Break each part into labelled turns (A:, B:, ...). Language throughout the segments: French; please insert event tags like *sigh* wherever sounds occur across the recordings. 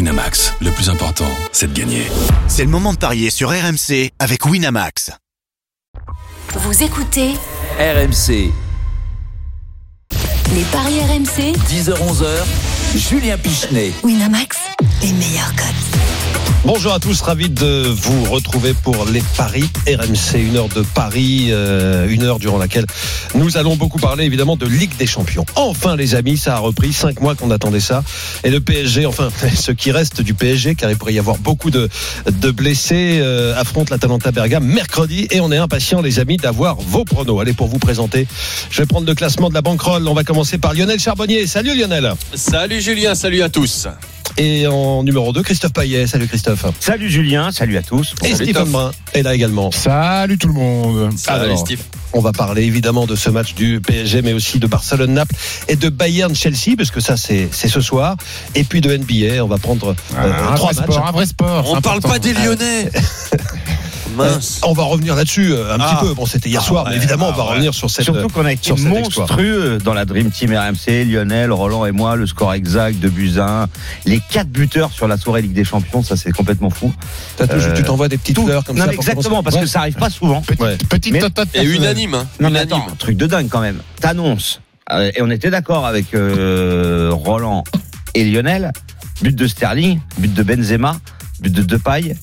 A: Winamax, le plus important, c'est de gagner.
B: C'est le moment de parier sur RMC avec Winamax.
C: Vous écoutez
D: RMC,
C: les paris RMC
D: 10h-11h, Julien Pichenet.
C: Winamax, les meilleurs codes.
E: Bonjour à tous, ravi de vous retrouver pour les paris RMC, une heure de paris, euh, une heure durant laquelle nous allons beaucoup parler évidemment de Ligue des Champions. Enfin les amis, ça a repris, cinq mois qu'on attendait ça, et le PSG, enfin *laughs* ce qui reste du PSG, car il pourrait y avoir beaucoup de, de blessés, euh, affronte l'Atalanta Bergame mercredi, et on est impatient les amis d'avoir vos pronos. Allez pour vous présenter, je vais prendre le classement de la banquerolle, on va commencer par Lionel Charbonnier. Salut Lionel
F: Salut Julien, salut à tous.
E: Et en numéro 2, Christophe Payet. Salut Christophe
G: Salut Julien, salut à tous.
E: Et
F: Salut,
E: Stephen
F: Tom.
E: Brun est là également.
H: Salut tout le monde.
F: Salut
E: Alors,
F: Steve.
E: On va parler évidemment de ce match du PSG, mais aussi de Barcelone-Naples et de Bayern-Chelsea, parce que ça, c'est c'est ce soir. Et puis de NBA, on va prendre euh,
H: un,
E: trois
H: vrai
E: matchs.
F: hein.
H: sport, un vrai sport. Ah,
F: On parle pas des Lyonnais. Mince.
E: On va revenir là-dessus euh, un
F: Ah.
E: petit peu. Bon, c'était hier
F: Ah,
E: soir, mais
F: ouais,
E: évidemment,
F: ah,
E: on va
F: ouais.
E: revenir sur cette. euh,
G: Surtout qu'on a été
E: sur cet exploit.
G: monstrueux dans la Dream Team RMC, Lionel, Roland et moi, le score exact de Buzyn, les quatre buteurs sur la soirée Ligue des Champions, ça c'est complètement fou.
E: T'as toujours-
G: euh,
E: tu t'envoies des petites
G: Tout-
E: fleurs comme
G: non,
E: ça.
G: mais
E: pour
G: exactement, parce
E: commencer.
G: que ça arrive pas souvent.
E: Ouais.
H: Petite
G: Mais-
H: totote
F: Et
H: personnelle.
F: unanime. Hein.
G: Non mais
F: unanime.
G: attends, un truc de dingue quand même. T'annonces, euh, et on était d'accord avec euh, Roland et Lionel, but de Sterling, but de Benzema, but de Depay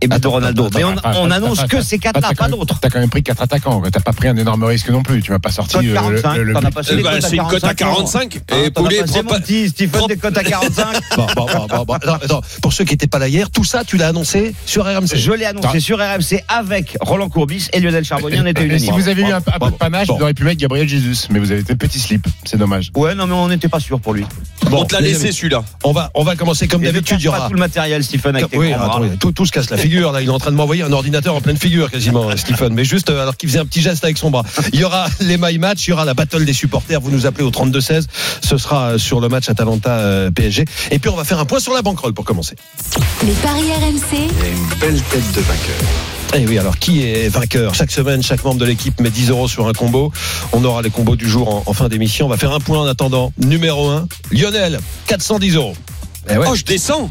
G: et but de
H: Attends,
G: Ronaldo.
H: attends,
G: mais on,
H: attends, attends,
G: on
H: attends,
G: annonce
H: attends,
G: que
H: attends,
G: ces
H: Ah, t'as
G: quatre-là,
H: quand
G: pas
H: même-
G: d'autres.
H: T'as quand même pris quatre attaquants. quoi. T'as pas pris un énorme risque non plus. Tu m'as pas sorti
G: Cote
H: euh, le-
G: 45,
H: le, le
G: t'en as
H: but.
G: passé
F: Eh
G: des
F: ben,
G: cotes à
F: c'est une cote à
G: 45.
F: 45.
G: Hein,
F: Et
G: t'en as
F: Poulet,
G: passé,
F: prends pas.
G: mon petit Stephen, des cotes à 45.
E: Bon, bon, bon, bon, bon. Attends, attends. Pour ceux qui n'étaient pas là hier, tout ça, tu l'as annoncé sur RMC.
G: Je l'ai annoncé sur RMC avec Roland Courbis et Lionel Charbonnier. On était
H: Et Eh, si
G: unanimes.
H: vous avez eu un, un peu
E: Bravo.
H: de panache,
E: Bon.
H: vous auriez pu mettre Gabriel Jesus, mais vous avez été petit slip. C'est dommage.
G: Ouais, non, mais on n'était pas sûr pour lui.
E: Bon,
F: on te l'a
E: les
F: laissé
E: amis,
F: celui-là.
E: On va, on va commencer comme
G: Et ne
E: d'habitude.
G: perds
E: Il y aura
G: pas tout le matériel, Stephen, avec tes
E: Oui,
G: grands bras.
E: attends, tout, tout se casse la figure. Là, il est en train de m'envoyer un ordinateur en pleine figure quasiment, euh, Stephen. Mais juste euh, alors qu'il faisait un petit geste avec son bras. Il y aura les My Match, il y aura la battle des supporters. Vous nous appelez au 32 16. Ce sera euh, sur le match Atalanta euh, PSG. Et puis on va faire un point sur la banquerolle pour commencer.
C: Les paris RMC,
E: Et Eh oui, alors qui est vainqueur Chaque semaine, chaque membre de l'équipe met 10 euros sur un combo. On aura les combos du jour en, en fin d'émission. On va faire un point en attendant. Numéro 1, Lionel, 410 euros. Eh ouais.
F: Oh, je descends.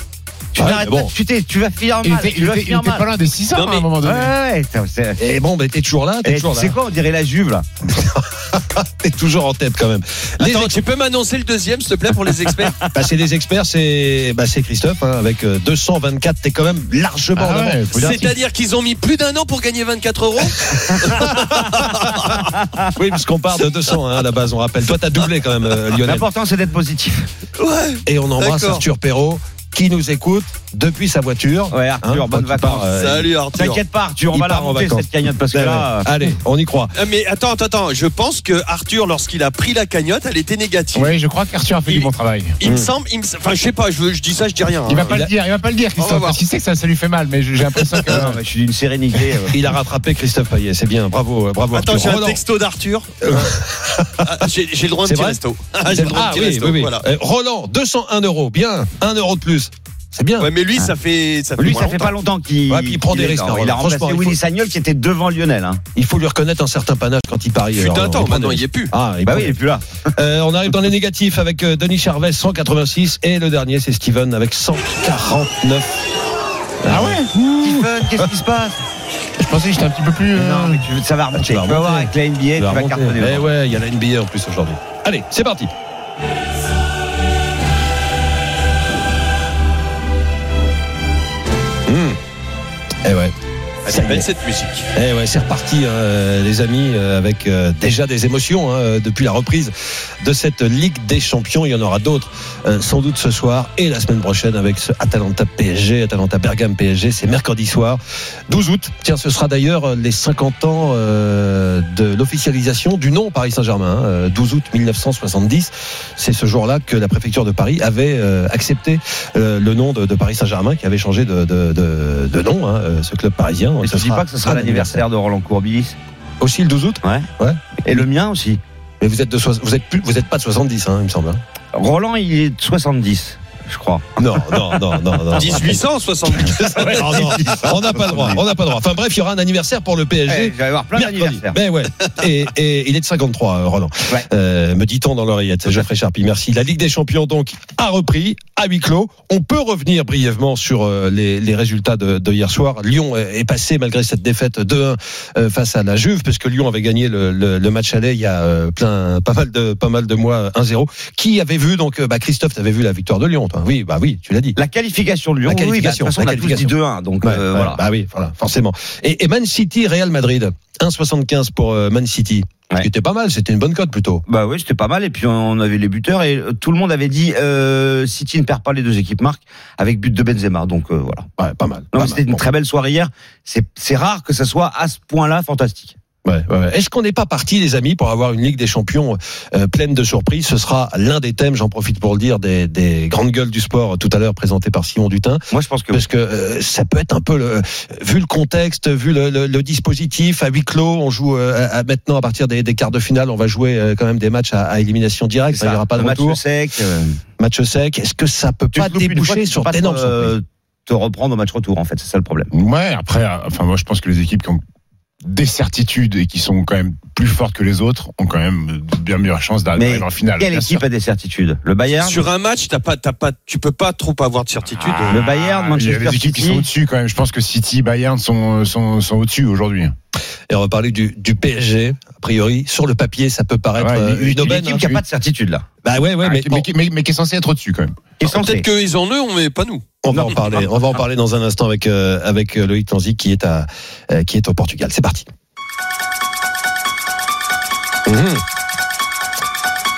G: Tu
E: Ah ouais,
G: n'arrêtes
E: mais
G: pas
E: bon.
G: de chuter, tu vas finir
H: Il
G: mal.
H: était,
G: tu
H: il
G: vas
H: était- il
G: finir
H: était
G: mal.
H: pas loin des 600
F: Non,
H: à
F: mais-
H: un moment
G: Ouais,
H: donné.
G: ouais, ouais, t'as- c'est-
E: Et bon, ben, t'es toujours là, t'es
G: Eh,
E: toujours là.
G: C'est quoi, on dirait la Juve, là
E: T'es toujours en tête
G: *laughs*
E: quand même. Les
F: Attends, tu peux m'annoncer le deuxième, s'il te plaît, pour
E: *laughs*
F: les experts
E: Bah, c'est des experts, c'est bah, c'est Christophe, hein, avec euh, 224, t'es quand même largement en
H: Ah
E: avant.
H: ouais, faut dire-
F: C'est-à-dire qu'ils ont mis plus d'un an pour gagner 24 euros
E: Oui, parce qu'on part de 200 hein, à la base, on rappelle. Toi, t'as doublé quand même, euh, Lionel.
G: L'important, c'est d'être positif.
E: *laughs*
F: Ouais.
E: Et on embrasse
F: D'accord.
E: Arthur Perrault, qui nous écoute depuis sa voiture.
G: Ouais, Arthur,
E: Hein,
G: bonnes
E: quand il
G: vacances.
E: part, euh,
F: Salut Arthur.
G: T'inquiète pas, Arthur, on
E: il
G: va la
E: part en
G: remonter,
E: vacances.
G: cette cagnotte, parce que
E: Ouais,
G: là...
E: ouais. Allez, on y croit.
F: Euh, Mais attends, attends, attends. Je pense que Arthur, lorsqu'il a pris la cagnotte, elle était négative.
H: Ouais, je crois qu'Arthur a fait
F: Il-
H: du bon travail. Hmm.
F: Il me
E: Mm.
F: semble, il me- enfin, je sais pas, je, veux- je dis ça, je dis rien.
H: Il va
F: hein.
H: pas
E: il
H: le
E: a-
H: dire, il va pas le dire, Christophe,
F: voir.
H: parce qu'il sait que ça, ça lui fait mal, mais je-
G: *laughs*
H: j'ai
F: *laughs*
H: l'impression que.
G: Non, mais euh, je suis d'une sérénité. euh.
E: euh, Il a rattrapé Christophe Payet, c'est bien, bravo, euh, bravo.
F: Attends,
E: Arthur.
F: j'ai un
E: Roland,
F: texto d'Arthur. Ah, j'ai j'ai le droit à un
E: C'est
F: petit
E: vrai
F: resto.
E: *laughs*
F: *laughs* Ah, j'ai le droit à un
E: Ah
F: petit
E: oui,
F: resto.
E: oui, oui.
F: Voilà.
E: Euh, Roland, 201 euros, bien, 1 euro de plus, c'est bien. Ah.
F: Ouais, mais lui, ça fait. Ça fait
G: Lui,
F: moins
G: ça fait pas longtemps qu'il.
E: Ouais, puis il prend
G: qu'il
E: des
G: est-
E: risques,
G: non,
E: hein,
G: Il a
E: Roland.
G: remplacé
E: Franchement, il
G: Willy
E: faut-
G: Sagnol qui était devant Lionel. hein.
E: Il faut lui reconnaître un certain panache quand il parie. euh,
F: Fut un
E: Alors,
F: temps,
E: prend
F: maintenant,
E: des-
F: il y est plus.
E: Ah, il
G: Bah
E: prend
G: oui,
E: des-
G: il est plus là.
E: *laughs* Euh, on arrive dans les négatifs avec euh, Denis Charvet 186 et le dernier c'est Steven avec 149.
H: Ah ouais
G: Stephen, qu'est-ce qui se passe
H: Je pensais que j'étais un petit peu plus. euh,
G: Non, mais tu, ça va remonter.
E: tu
G: Tu
E: vas
G: vas voir
E: remonter.
G: avec la NBA, tu
E: Il va
G: vas
E: remonter.
G: cartonner.
E: Eh ouais, il y a la NBA en plus aujourd'hui. Allez, c'est parti. Eh ouais.
F: Elle
E: Ça
F: est
E: y
F: belle
E: est.
F: cette musique.
E: Eh ouais, c'est reparti euh, les amis euh, avec euh, déjà des émotions hein, depuis la reprise de cette Ligue des Champions. Il y en aura d'autres euh, sans doute ce soir et la semaine prochaine avec ce Atalanta PSG, Atalanta Bergame PSG. C'est mercredi soir, 12 août. Tiens, ce sera d'ailleurs euh, les 50 ans euh, de l'officialisation du nom Paris Saint-Germain. hein, euh, 12 août 1970. C'est ce jour-là que la préfecture de Paris avait euh, accepté euh, le nom de, de Paris Saint-Germain qui avait changé de, de- de- de nom, hein, euh, ce club parisien. Donc,
G: Et
E: ce
G: tu dis
E: sera
G: pas que ce sera
E: un
G: l'anniversaire de Roland Courbis
E: aussi le 12 août
G: Et le mien aussi.
E: Mais vous êtes de soix- vous êtes plus vous êtes pas de 70 hein, il me semble. hein.
G: Roland, il est de 70. je crois.
E: Non, non, non, non, Ah non.
F: 1870.
E: Oh non, on n'a pas le droit, on n'a pas le droit. Enfin bref, il y aura un anniversaire pour le PSG.
G: Eh, je vais avoir plein
E: mercredi.
G: d'anniversaires.
E: Ben ouais. Et, et il est de 53, euh, Roland.
G: Ouais.
E: Euh, me dit-on dans l'oreillette, Geoffrey Charpie. Merci. La Ligue des Champions donc a repris à huis clos. On peut revenir brièvement sur euh, les, les résultats de, de hier soir. Lyon est est passé malgré cette défaite 2-1 euh, face à la Juve, parce que Lyon avait gagné le, le- le match aller il y a euh, plein pas mal de pas mal de mois euh, 1-0. Qui avait vu donc euh, bah Christophe, t'avais vu la victoire de Lyon, toi Oui, bah oui, tu l'as dit.
G: La qualification de Lyon,
E: La
G: oui, oui, bah,
E: qualification,
G: de toute façon,
E: la
G: on a tous dit
E: qualification.
G: 2-1, donc
E: Ouais,
G: euh,
E: ouais,
G: voilà.
E: Bah oui, voilà, forcément. Et, et Man City, Real Madrid, 1,75 pour euh, Man City. Ce
G: Ouais.
E: qui était pas mal, c'était une bonne cote plutôt.
G: Bah oui, c'était pas mal. Et puis on avait les buteurs et euh, tout le monde avait dit euh, City ne perd pas les deux équipes marques avec but de Benzema. Donc euh, voilà.
E: Ouais, pas mal.
G: Non,
E: pas
G: mais c'était
E: mal.
G: une très belle soirée hier. C'est c'est rare que ça soit à ce point-là fantastique.
E: Ouais, ouais, ouais. Est-ce qu'on n'est pas parti, les amis, pour avoir une Ligue des Champions euh, pleine de surprises Ce sera l'un des thèmes, j'en profite pour le dire, des, des grandes gueules du sport euh, tout à l'heure présentées par Simon Dutin.
G: Moi, je pense que
E: Parce que euh, ça peut être un peu, le, vu le contexte, vu le, le- le dispositif, à huis clos, on joue euh, à- à- maintenant à partir des, des quarts de finale, on va jouer euh, quand même des matchs à, à élimination directe,
G: c'est
E: hein, il n'y aura pas de
G: le match
E: retour,
G: sec. euh,
E: match sec. Est-ce que ça peut
G: tu
E: pas
G: te loupes une fois,
E: déboucher
G: tu peux
E: sur
G: pas te,
E: d'énormes surprises
G: euh, te reprendre au match retour, en fait, c'est ça le problème.
H: Ouais, après, euh, enfin, moi, je pense que les équipes qui ont des certitudes et qui sont quand même plus fortes que les autres ont quand même de bien meilleures chances d'arriver
G: Mais
H: en finale.
G: Quelle
H: bien sûr.
G: équipe a des certitudes Le Bayern
F: Sur un match, t'as pas, t'as pas, tu peux pas trop avoir de certitude.
H: Ah,
G: Le Bayern,
H: Il y a
G: Manchester
H: des équipes qui
G: City.
H: sont au-dessus quand même. Je pense que City, Bayern sont, sont, sont au-dessus aujourd'hui.
E: Et euh, on va parler du, du PSG. A priori, sur le papier, ça peut paraître
H: Ouais,
E: euh,
H: une-
E: une
H: une
E: aubaine.
G: L'équipe qui a
H: hein,
G: pas de certitude là.
E: hein. Bah ouais, ouais,
H: Ah,
E: mais
H: qui-
E: bon,
H: mais, qui- mais- mais qui est censé être au-dessus quand même.
G: Qui est
F: Alors,
G: censé.
F: Peut-être qu'ils en eux, mais pas nous.
E: on va en parler. On va en parler dans un instant avec euh, avec euh, Loïc Tanzi qui est à euh, qui est au Portugal. C'est parti.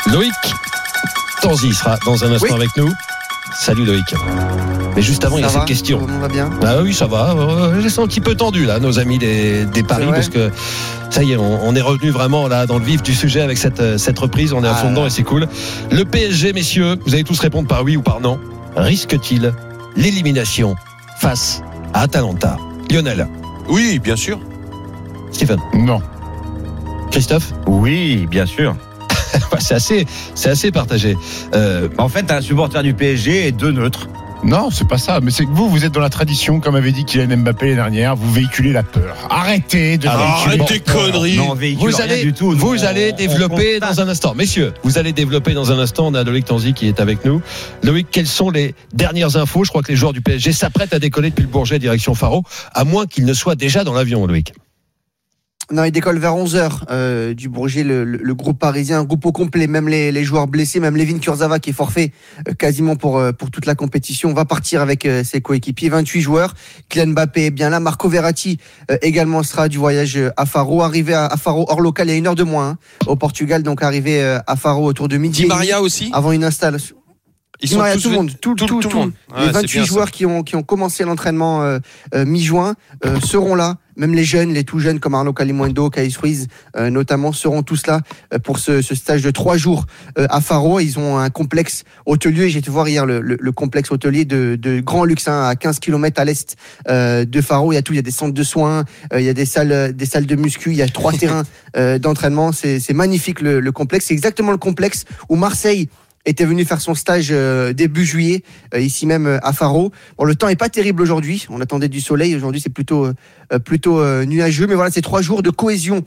E: Mhm. Loïc Tanzi sera dans un instant
I: Oui.
E: avec nous. Salut Loïc. Mais juste avant, il y a
I: Ça va
E: cette question.
I: Tout le monde va bien
E: Bah oui, ça va. Euh, Ils sont un petit peu tendus là, nos amis des, des paris,
I: vrai
E: parce que ça y est, on, on est revenu vraiment là dans le vif du sujet avec cette, euh, cette reprise. On est à fond
I: Ah.
E: dedans et c'est cool. Le PSG, messieurs, vous allez tous répondre par oui ou par non. Risque-t-il l'élimination face à Atalanta Lionel,
F: Oui, bien sûr.
E: Stephen,
H: Non.
E: Christophe. Bah,
G: Oui, bien
E: *laughs*
G: sûr.
E: Ouais,
H: Bah,
E: c'est assez, c'est assez partagé. Euh,
G: En fait, t'as un supporter du PSG et deux neutres.
H: Non, c'est pas ça. Mais c'est que vous, vous êtes dans la tradition, comme avait dit Kylian Mbappé l'année dernière, vous véhiculez la peur. Arrêtez de
E: Ah,
H: véhiculer
F: Arrête
H: la
F: tes
H: peur.
F: conneries.
G: Non, on véhicule
E: vous
G: rien
E: allez,
G: du tout. Nous,
E: vous
G: on-
E: allez
G: on
E: développer
G: constate.
E: dans un instant, messieurs. Vous allez développer dans un instant. On a Loïc Tanzi qui est avec nous. Loïc, quelles sont les dernières infos Je crois que les joueurs du PSG s'apprêtent à décoller depuis le Bourget direction Faro, à moins qu'ils ne soient déjà dans l'avion, Loïc.
I: Non, il décolle vers 11h du Bourget, le, le- le groupe parisien, un groupe au complet, même les, les joueurs blessés, même Lévin Kurzava qui est forfait euh, quasiment pour, euh, pour toute la compétition, va partir avec euh, ses coéquipiers, 28 joueurs. Kylian Mbappé est bien là, Marco Verratti euh, également sera du voyage euh, à Faro, arrivé à, à Faro hors local, il y a une heure de moins hein, au Portugal, donc arrivé euh, à Faro autour de midi.
F: Di Maria aussi.
I: Avant une installation.
F: Ils
I: Di Maria, tout le monde,
F: ven-
I: tout, tout,
F: le
I: tout.
F: monde. Ouais,
I: les
F: c'est
I: 28
F: bien, ça.
I: joueurs qui ont, qui ont commencé l'entraînement euh, euh, mi-juin euh, seront là. Même les jeunes, les tout jeunes comme Arnaud Calimundo, Caïs Ruiz, euh, notamment, seront tous là euh, pour ce, ce stage de trois jours euh, à Faro. Ils ont un complexe hôtelier. J'ai été voir hier le, le- le complexe hôtelier de, de Grand Luxe, hein, à 15 km à l'est euh, de Faro. Il y a tout. Il y a des centres de soins, euh, il y a des salles, des salles de muscu, il y a
F: *laughs*
I: trois terrains euh, d'entraînement. C'est c'est magnifique le, le complexe. C'est exactement le complexe où Marseille était venu faire son stage euh, début juillet euh, ici même euh, à Faro. Bon, le temps est pas terrible aujourd'hui. On attendait du soleil. Aujourd'hui, c'est plutôt euh, euh, plutôt euh, nuageux. Mais voilà, c'est trois jours de cohésion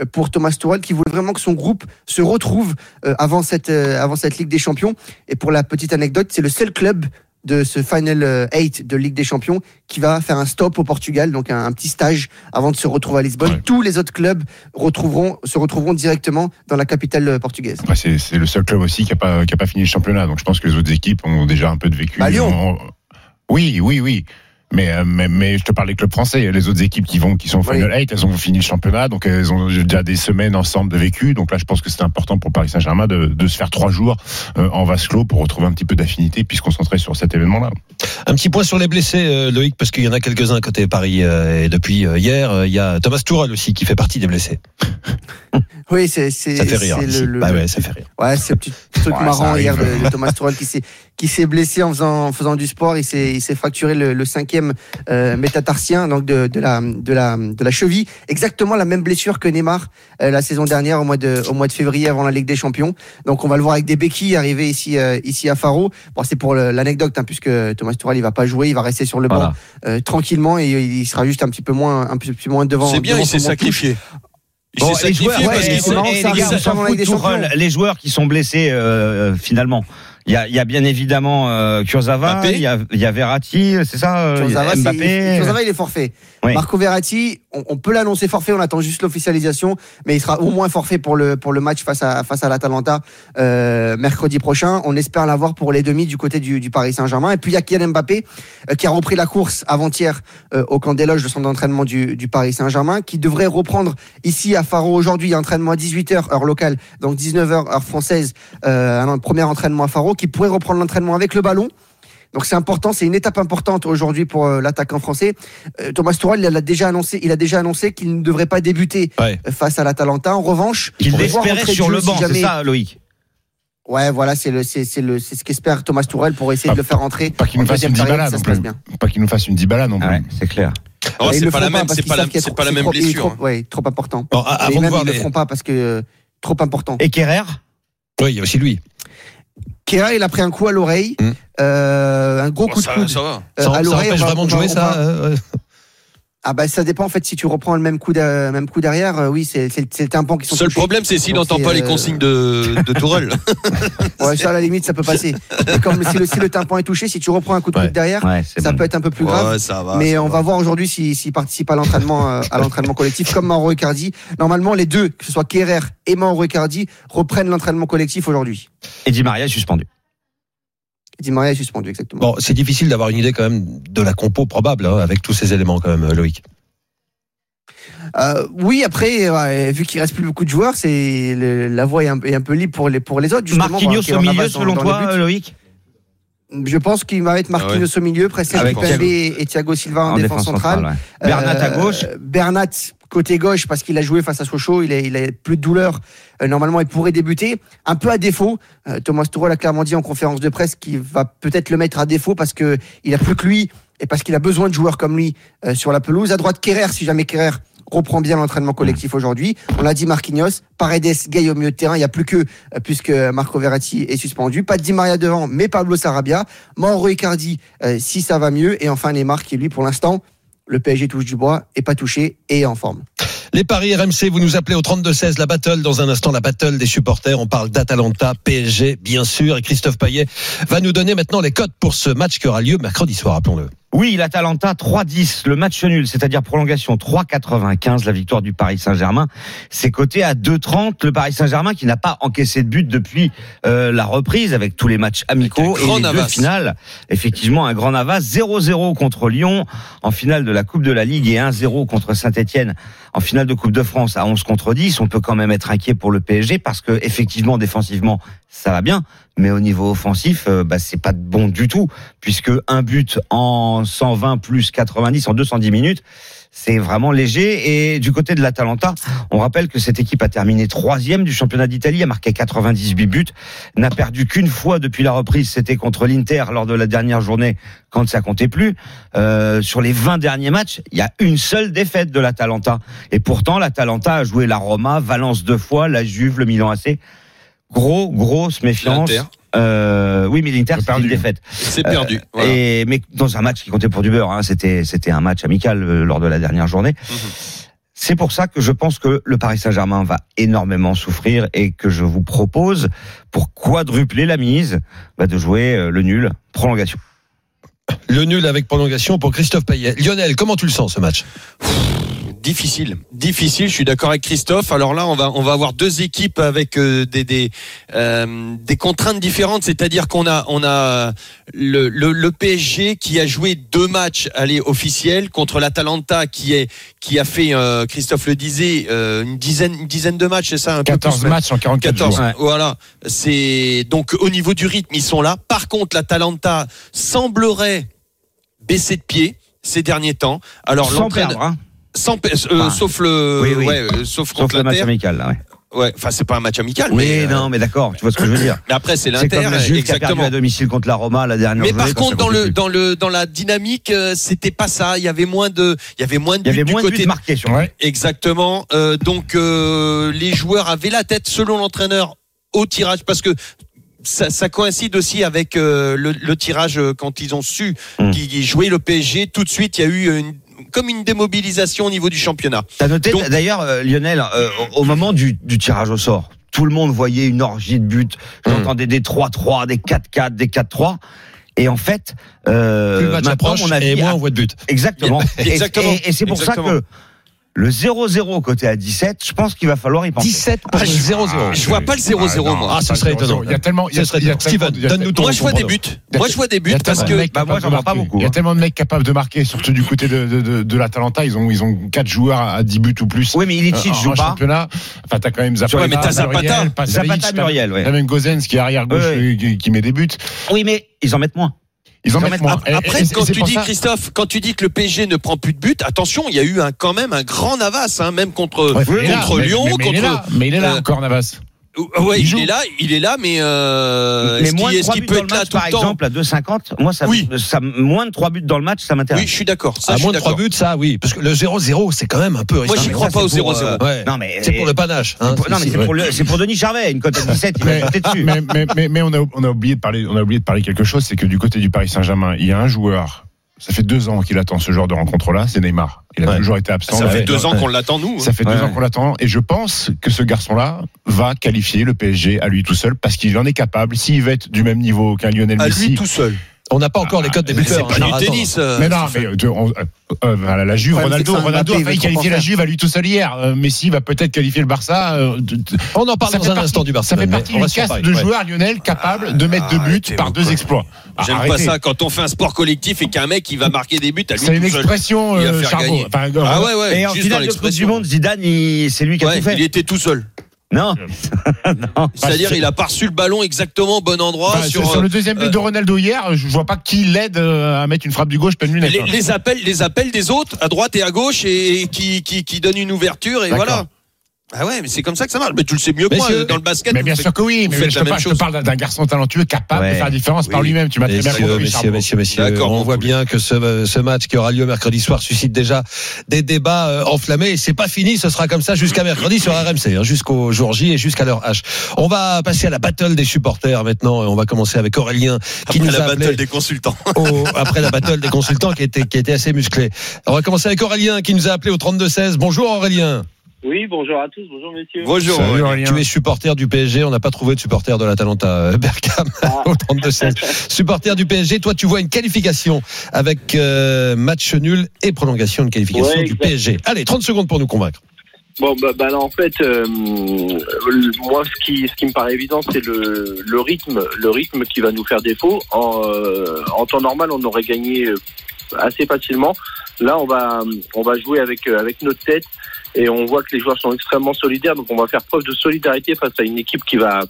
I: euh, pour Thomas Tuchel qui voulait vraiment que son groupe se retrouve euh, avant cette euh, avant cette Ligue des Champions. Et pour la petite anecdote, c'est le seul club de ce Final euh, Eight de Ligue des Champions qui va faire un stop au Portugal, donc un, un petit stage avant de se retrouver à Lisbonne.
H: Ouais.
I: Tous les autres clubs retrouveront, se retrouveront directement dans la capitale euh, portugaise.
H: Après, c'est c'est le seul club aussi qui n'a pas, qui a pas fini le championnat. Donc je pense que les autres équipes ont déjà un peu de vécu.
I: Bah, Lyon.
H: On- Oui, oui, oui. Mais, euh, mais, mais je te parle des clubs français. Les autres équipes qui, vont, qui sont au Final 8, elles ont fini le championnat. Donc elles ont déjà des semaines ensemble de vécu. Donc là, je pense que c'est important pour Paris Saint-Germain de, de se faire trois jours euh, en vase clos pour retrouver un petit peu d'affinité puis se concentrer sur cet événement-là.
E: Un petit point sur les blessés, euh, Loïc, parce qu'il y en a quelques-uns côté Paris. euh, et depuis euh, hier, euh, il y a Thomas Tuchel aussi qui fait partie des blessés.
I: Oui, c'est c'est
E: Ça fait rire.
I: c'est
E: ici.
I: le- le-
E: Bah ouais, ça fait rire.
I: Ouais, c'est un petit truc
H: Ouais, ça
I: marrant
H: arrive.
I: hier de, de Thomas Tuchel qui s'est qui s'est blessé en faisant, en faisant du sport. Il s'est, il s'est fracturé le, le cinquième euh, métatarsien, donc de, de la, de la, de la cheville. Exactement la même blessure que Neymar euh, la saison dernière au mois de, au mois de février avant la Ligue des Champions. Donc on va le voir avec des béquilles arriver ici, euh, ici à Faro. Bon, c'est pour le- l'anecdote, hein, puisque Thomas Tuchel il va pas jouer, il va rester sur le banc
G: Voilà.
I: euh, tranquillement et il sera juste un petit peu moins, un petit peu moins devant.
F: C'est bien,
I: devant
F: il s'est
I: son banc de touche.
F: sacrifié. Il
G: Bon,
F: s'est
G: les
F: sacrifié
G: joueurs,
I: ouais,
F: parce
G: et-
F: qu'il
G: et-
F: s'est-
I: non,
G: et
I: on s'en
G: Eh, les gars,
I: fout,
G: on s'en
I: on a
G: fout
I: des
G: de Tourelle.
I: champions.
G: Les joueurs qui sont blessés euh, finalement. Il y a, il y a bien évidemment euh, Kurzawa,
F: Mbappé.
G: il y a, il y a Verratti, c'est ça, euh,
I: Kurzawa, c'est-
G: Mbappé.
I: Kurzawa, il est forfait.
G: Oui.
I: Marco Verratti, on, on peut l'annoncer forfait, on attend juste l'officialisation, mais il sera au moins forfait pour le, pour le match face à, face à l'Atalanta euh, mercredi prochain. On espère l'avoir pour les demi du côté du, du Paris Saint-Germain. Et puis il y a Kylian Mbappé euh, qui a repris la course avant-hier euh, au camp des loges de son entraînement du, du Paris Saint-Germain, qui devrait reprendre ici à Faro aujourd'hui. Il y a entraînement à 18h, heure locale, donc 19h, heure française, euh, un premier entraînement à Faro, qui pourrait reprendre l'entraînement avec le ballon. Donc c'est important, c'est une étape importante aujourd'hui pour euh, l'attaquant français. Euh, Thomas Tuchel il a déjà annoncé, il a déjà annoncé qu'il ne devrait pas débuter
E: Ouais.
I: euh, face à l'Atalanta. En revanche,
G: Qu'il
I: on va voir
G: espérait
I: entrer de
G: sur
I: jeu
G: le
I: si
G: banc,
I: jamais-
G: c'est ça, Loïc.
I: Ouais, voilà, c'est le, c'est, c'est le, c'est ce qu'espère Thomas Tourelle pour essayer
H: Pas-
I: de le faire rentrer.
H: Ah, Pas qu'il nous
I: en
H: fasse
I: deuxième
H: une
I: période,
H: dibala
I: ça
H: non
I: se
H: plus.
I: passe bien.
H: Pas qu'il nous fasse une dibala non plus.
G: Ouais, c'est clair.
I: Et
F: Oh,
I: ils
F: c'est
I: le
F: pas
I: feront
F: la même,
I: parce
F: c'est
I: qu'ils
F: pas la,
I: savent qu'il y a
F: c'est
I: trop-
F: pas la
I: c'est
F: même
I: trop- il est
F: blessure. hein.
I: Trop, ouais, trop important.
E: Bon, a-
I: Et
E: avant de
I: même,
E: voir
I: ils
E: les-
I: le feront pas parce que euh, trop important.
G: Et Kerrer
E: Oui, il y a aussi lui.
I: Kéa, il a pris un coup à l'oreille,
E: Hmm.
I: euh, un gros
F: Oh,
I: coup de
F: ça,
I: coude.
F: ça va.
I: euh,
E: Ça,
I: à
E: ça
I: l'oreille,
E: empêche
I: on va-
E: vraiment de
I: on va-
E: jouer
I: on
E: ça
I: va-
E: euh, euh,
I: Ah bah ça dépend en fait si tu reprends le même coup d'a- même coup derrière, euh, oui c'est c'est c'est un pan qui sont
F: Seul
I: touchés.
F: problème, c'est s'il
I: Donc,
F: n'entend
I: c'est,
F: pas les
I: euh,
F: consignes de, de Tourelle.
G: *laughs*
I: Ouais, ça à la limite ça peut passer. Mais comme si le, si le tympan est touché, si tu reprends un coup de
E: Ouais.
I: coude derrière,
G: Ouais, c'est
I: ça
G: bon.
I: peut être un peu plus grave.
F: Ouais, ça va.
I: Mais
F: ça
I: on va voir aujourd'hui s'il s'il participe à l'entraînement euh, à l'entraînement collectif comme Mauro Icardi. Normalement les deux, que ce soit Kerrer et Mauro Icardi, reprennent l'entraînement collectif aujourd'hui.
G: Et Di Maria est suspendu.
I: Di Maria est suspendu exactement.
E: Bon, c'est difficile d'avoir une idée quand même de la compo probable hein, avec tous ces éléments quand même, Loïc.
I: Euh, oui, après ouais, vu qu'il reste plus beaucoup de joueurs, c'est le- la voie est un, est un peu libre pour les pour les autres justement.
G: Marquinhos
I: voilà,
G: au
I: Keylor
G: milieu,
I: Navas dans-
G: selon
I: dans les buts.
G: toi, euh, Loïc
I: Je pense qu'il va
F: Ah
I: être Marquinhos au milieu, Presnel
G: Avec
I: Kimpembe
G: Thiago.
I: et et Thiago Silva en, défense, centrale.
G: ouais. Bernat à
I: Euh,
G: gauche.
I: Bernat côté gauche parce qu'il a joué face à Sochaux, il a, il a plus de douleur. Euh, normalement, il pourrait débuter. Un peu à défaut, euh, Thomas Tuchel a clairement dit en conférence de presse qu'il va peut-être le mettre à défaut parce que il a plus que lui et parce qu'il a besoin de joueurs comme lui euh, sur la pelouse. À droite, Kerrer, si jamais Kerrer reprend bien l'entraînement collectif
G: Mmh.
I: aujourd'hui. On l'a dit, Marquinhos, Paredes, Gay au milieu de terrain, il n'y a plus que, euh, puisque Marco Verratti est suspendu. Pas de Di Maria devant, mais Pablo Sarabia. Mauro Icardi, euh, si ça va mieux. Et enfin, Neymar, qui lui, pour l'instant, le PSG touche du bois, est pas touché et est en forme.
E: Les paris RMC, vous nous appelez au 32-16, la battle, dans un instant, la battle des supporters. On parle d'Atalanta, PSG, bien sûr. Et Christophe Payet va nous donner maintenant les codes pour ce match qui aura lieu mercredi soir, rappelons-le.
G: Oui, l'Atalanta 3-10, le match nul, c'est-à-dire prolongation 3-95, la victoire du Paris Saint-Germain. C'est coté à 2-30, le Paris Saint-Germain qui n'a pas encaissé de but depuis euh, la reprise avec tous les matchs amicaux
F: Avec un
G: et
F: grand
G: les deux
F: Navas.
G: finales. Effectivement, un grand Navas, 0-0 contre Lyon en finale de la Coupe de la Ligue et 1-0 contre Saint-Etienne en finale de Coupe de France à 11 contre 10. On peut quand même être inquiet pour le PSG parce que effectivement, défensivement, ça va bien. Mais au niveau offensif, euh, bah, c'est pas bon du tout, puisque un but en 120 plus 90, en 210 minutes, c'est vraiment léger. Et du côté de l'Atalanta, on rappelle que cette équipe a terminé troisième du championnat d'Italie, a marqué 98 buts, n'a perdu qu'une fois depuis la reprise, c'était contre l'Inter lors de la dernière journée quand ça comptait plus. Euh, sur les 20 derniers matchs, il y a une seule défaite de l'Atalanta. Et pourtant, l'Atalanta a joué la Roma, Valence deux fois, la Juve, le Milan AC. Gros, grosse méfiance.
F: L'Inter.
G: Euh, oui, mais l'Inter,
H: Le
G: c'est une
H: perdu.
G: défaite. Euh,
F: C'est perdu. voilà.
G: Et mais dans un match qui comptait pour du beurre, hein, c'était c'était un match amical euh, lors de la dernière journée.
F: Mhm.
G: C'est pour ça que je pense que le Paris Saint-Germain va énormément souffrir et que je vous propose pour quadrupler la mise bah, de jouer euh, le nul prolongation.
E: Le nul avec prolongation pour Christophe Payet. Lionel, comment tu le sens ce match
F: Difficile, difficile. Je suis d'accord avec Christophe. Alors là, on va on va avoir deux équipes avec euh, des des euh, des contraintes différentes. C'est-à-dire qu'on a on a le, le le PSG qui a joué deux matchs allez officiels contre l'Atalanta qui est qui a fait euh, Christophe le disait euh, une dizaine une dizaine de matchs c'est ça un peu
H: 14
F: plus, même.
H: matchs en 44
F: 14,
H: jours.
G: Ouais.
F: voilà. C'est donc au niveau du rythme, ils sont là. Par contre, l'Atalanta semblerait baisser de pied ces derniers temps. Alors
G: Sans
F: l'entraîne-
G: perdre, hein,
F: sans pe- euh,
G: Enfin,
F: sauf le
G: oui, oui.
F: ouais, euh, sauf
G: sauf
F: contre
G: le match
F: l'Inter.
G: amical. Là, ouais.
F: ouais. Enfin, c'est pas un match amical.
G: Oui,
F: mais, euh,
G: non, mais d'accord, tu vois ce que je veux dire.
F: mais après, c'est
G: C'est
F: l'Inter,
G: comme la Juve qui a perdu
F: exactement.
G: à domicile contre la Roma la dernière
F: Mais
G: journée,
F: par
G: quand ça
F: contre, dans
G: comptait
F: le
G: plus.
F: dans le dans la dynamique, euh, c'était pas ça. Il y avait moins de il y avait moins de
G: il y
F: buts
G: avait
F: du
G: moins de
F: côté
G: buts marqués sur
H: Ouais.
F: Exactement. Euh, donc euh, les joueurs avaient la tête, selon l'entraîneur, au tirage parce que. Ça, ça coïncide aussi avec euh, le, le tirage euh, quand ils ont su
G: Mm.
F: qu'ils qu'ils jouaient le PSG. Tout de suite, il y a eu une, comme une démobilisation au niveau du championnat.
G: T'as noté
F: Donc-
G: d'ailleurs euh, Lionel euh, au au moment du, du tirage au sort, tout le monde voyait une orgie de buts. J'entendais des 3-3, des 4-4, des 4-3. Et en fait, euh,
E: Plus le match
G: maintenant,
E: approche
G: mon
E: et
G: avis,
E: moins
G: a-
E: on voit de but.
H: *laughs*
G: exactement. Et-
F: Exactement.
G: Et, et c'est pour
F: Exactement.
G: ça que le 0-0 côté à 17, je pense qu'il va falloir y penser.
E: 17 pour
F: Ah,
E: le
F: je-
E: 0-0.
F: je vois pas le 0-0, moi.
E: Ah, ce serait étonnant.
H: Il y a tellement. il y a-
E: Ce serait
H: il y a
E: étonnant.
H: tellement-
E: Steven,
H: il y a-
E: donne-nous ton
F: Moi, je vois des
E: prono.
F: buts. Moi, je vois des
H: Il y
F: buts
H: a
F: parce
H: tellement
F: que
H: de mecs
G: bah, moi,
H: capables
G: j'en
H: de
G: vois pas
H: marquer.
G: beaucoup,
H: Il y a
G: hein.
H: tellement de mecs capables de marquer, surtout du côté de, de, de, de l'Atalanta. Ils ont, ils ont 4 joueurs à 10 buts ou plus. Euh,
G: Oui, mais Ilicic
H: en-
G: joue
H: en
G: pas.
H: championnat. Enfin, t'as quand même Zapata.
F: Ouais, mais t'as Zapata.
H: Muriel, Pasalic,
G: Zapata,
H: t'as-
G: Muriel, ouais.
H: T'as même Gozens qui est arrière-gauche
G: Ouais, ouais.
H: euh, qui, qui met des buts.
G: Oui, mais ils en mettent moins.
H: Ils en
G: Ils en mettent-
H: mettent moins. Et-
F: Après,
H: et- et
F: quand
H: c'est
F: tu
H: pour
F: dis,
H: ça-
F: Christophe, quand tu dis que le PSG ne prend plus de but, attention, il y a eu un, quand même un grand Navas, hein, même contre,
H: Ouais, il est là,
F: contre
H: mais-
F: Lyon.
H: mais- mais il est
F: contre,
H: là, mais il est là
F: euh,
H: encore Navas.
F: Euh, ouais,
H: Il
F: il,
H: joue.
F: est là, il est là, mais, euh,
G: mais
F: est-ce
G: moins
F: qu'il
G: de
F: est-ce
G: 3
F: qu'il
G: buts
F: peut
G: dans le
F: être là
G: match,
F: tout
G: par
F: le temps
G: exemple, à 2,50, moi, ça,
F: Oui.
G: ça- moins de 3 buts dans le match, ça m'intéresse.
F: Oui, je suis d'accord. ça,
E: À
F: je suis
E: moins de 3
F: d'accord.
E: buts, ça, oui. Parce que le 0-0, Ah, c'est quand même un peu
F: Moi, j'y
E: risqué.
F: crois
G: ça,
F: pas au
G: c'est pour,
F: 0-0.
G: euh,
E: Ouais.
G: Non, mais
E: C'est pour le panache. hein.
G: Pour- non, mais
E: Si,
G: c'est
E: ouais.
G: pour, le- c'est pour Denis Charvet, une cote à 17, il va
H: Mais,
G: sauter dessus.
H: mais, mais- mais- mais on, a, on a oublié de parler, on a oublié de parler quelque chose, c'est que du côté du Paris Saint-Germain, il y a un joueur. Ça fait deux ans qu'il attend ce genre de rencontre-là, c'est Neymar. Il a
E: Ouais.
H: toujours été absent.
F: Ça
H: Ouais.
F: fait deux ans qu'on l'attend nous.
H: Ça
F: hein.
H: fait deux
G: Ouais,
H: ans
G: ouais.
H: qu'on l'attend et je pense que ce garçon-là va qualifier le PSG à lui tout seul parce qu'il en est capable. S'il va être du même niveau qu'un Lionel
F: À
H: Messi, Ah,
F: lui tout seul.
E: On n'a pas encore les codes des
F: Ah, Mais C'est
E: buteurs.
F: pas
E: hein,
F: du
E: Gérard,
F: tennis. euh,
H: Mais non, mais tu- on- euh, euh, voilà, la Juve,
I: Le problème,
H: Ronaldo,
I: c'est que
H: Ronaldo a
I: Mbappé,
H: failli
I: il veut trop
H: qualifier
I: en
H: la
I: faire.
H: Juve à lui tout seul hier. Euh, Messi va peut-être qualifier le Barça. euh, de- de-
E: attends. On en parle
H: ça
E: dans
H: fait
E: un
H: partie-
E: instant du Barça.
H: Ça fait
E: mais
H: partie
E: on va
H: d'une
E: sur
H: caste
E: Paris,
H: de
E: ouais.
H: joueurs Lionel capables de mettre deux buts par deux exploits.
F: J'aime pas
H: Arrêtez.
F: ça quand on fait un sport collectif et qu'un mec il va marquer des buts à lui
H: C'est une
F: tout seul.
H: expression,
F: Il va
H: euh,
F: faire
H: Charbot.
F: gagner.
H: Enfin,
F: Ah ouais
G: Et
F: ouais.
G: en
F: Juste
G: finale
F: dans
G: de Coupe du
F: l'expression.
G: Monde, Zidane, il- c'est lui qui a
F: Ouais,
G: tout fait.
F: il était tout seul.
G: Non, *laughs* non.
F: C'est-à-dire, il a pas reçu le ballon exactement au bon endroit
H: Enfin,
F: sur.
H: Bah, sur, sur le deuxième but
F: euh,
H: de Ronaldo hier, je vois pas qui l'aide euh, à mettre une frappe du gauche pleine lunette.
F: les,
H: hein.
F: les appels, les appels des autres à droite et à gauche et, et qui, qui, qui donnent une ouverture et
H: D'accord.
F: voilà. Ah ouais, mais c'est comme ça que ça marche. Mais tu le sais mieux que moi
E: Messieurs,
F: dans le basket.
H: Mais
F: vous
H: bien
F: faites-
H: sûr que oui,
F: vous
H: mais
F: faites
H: je
F: la
H: te,
F: même
H: parle, je te
F: chose.
H: parle d'un garçon talentueux capable
G: Ouais.
H: de faire la différence par
F: Oui.
H: lui-même. Tu m'as très bien
E: Messieurs,
H: compris,
E: messieurs,
H: Charbot.
E: messieurs, messieurs,
F: D'accord,
E: on
F: bon,
E: voit
F: cool.
E: bien que ce, ce match qui aura lieu mercredi soir suscite déjà des débats euh, enflammés. Et c'est pas fini, ce sera comme ça jusqu'à mercredi sur RMC, hein, jusqu'au jour J et jusqu'à l'heure H. On va passer à la battle des supporters maintenant. Et on va commencer avec Aurélien qui
F: Après
E: nous
F: la
E: a appelé
F: battle des consultants.
E: au- après la battle des consultants qui était, qui était assez musclée. On va commencer avec Aurélien qui nous a appelé au 32-16. Bonjour Aurélien.
J: Oui, bonjour à tous, bonjour messieurs.
F: Bonjour.
H: Salut,
F: ouais.
H: Aurélien.
E: Tu es supporter du PSG, on n'a pas trouvé de supporter de l'Atalanta euh, *laughs* Bergame
J: Ah.
E: au
J: *laughs*
E: 32-16. supporter du PSG, toi tu vois une qualification avec euh, match nul et prolongation de qualification
J: Ouais,
E: du
J: exact.
E: PSG. Allez, 30 secondes pour nous convaincre.
J: *laughs* Bon, bah, bah là, en fait, euh, le- moi, ce qui, ce qui me paraît évident, c'est le, le rythme, le rythme qui va nous faire défaut. En, euh, en temps normal, on aurait gagné euh, assez facilement. Là, on va, on va jouer avec, euh, avec notre tête et on voit que les joueurs sont extrêmement solidaires. Donc, on va faire preuve de solidarité face à une équipe qui va,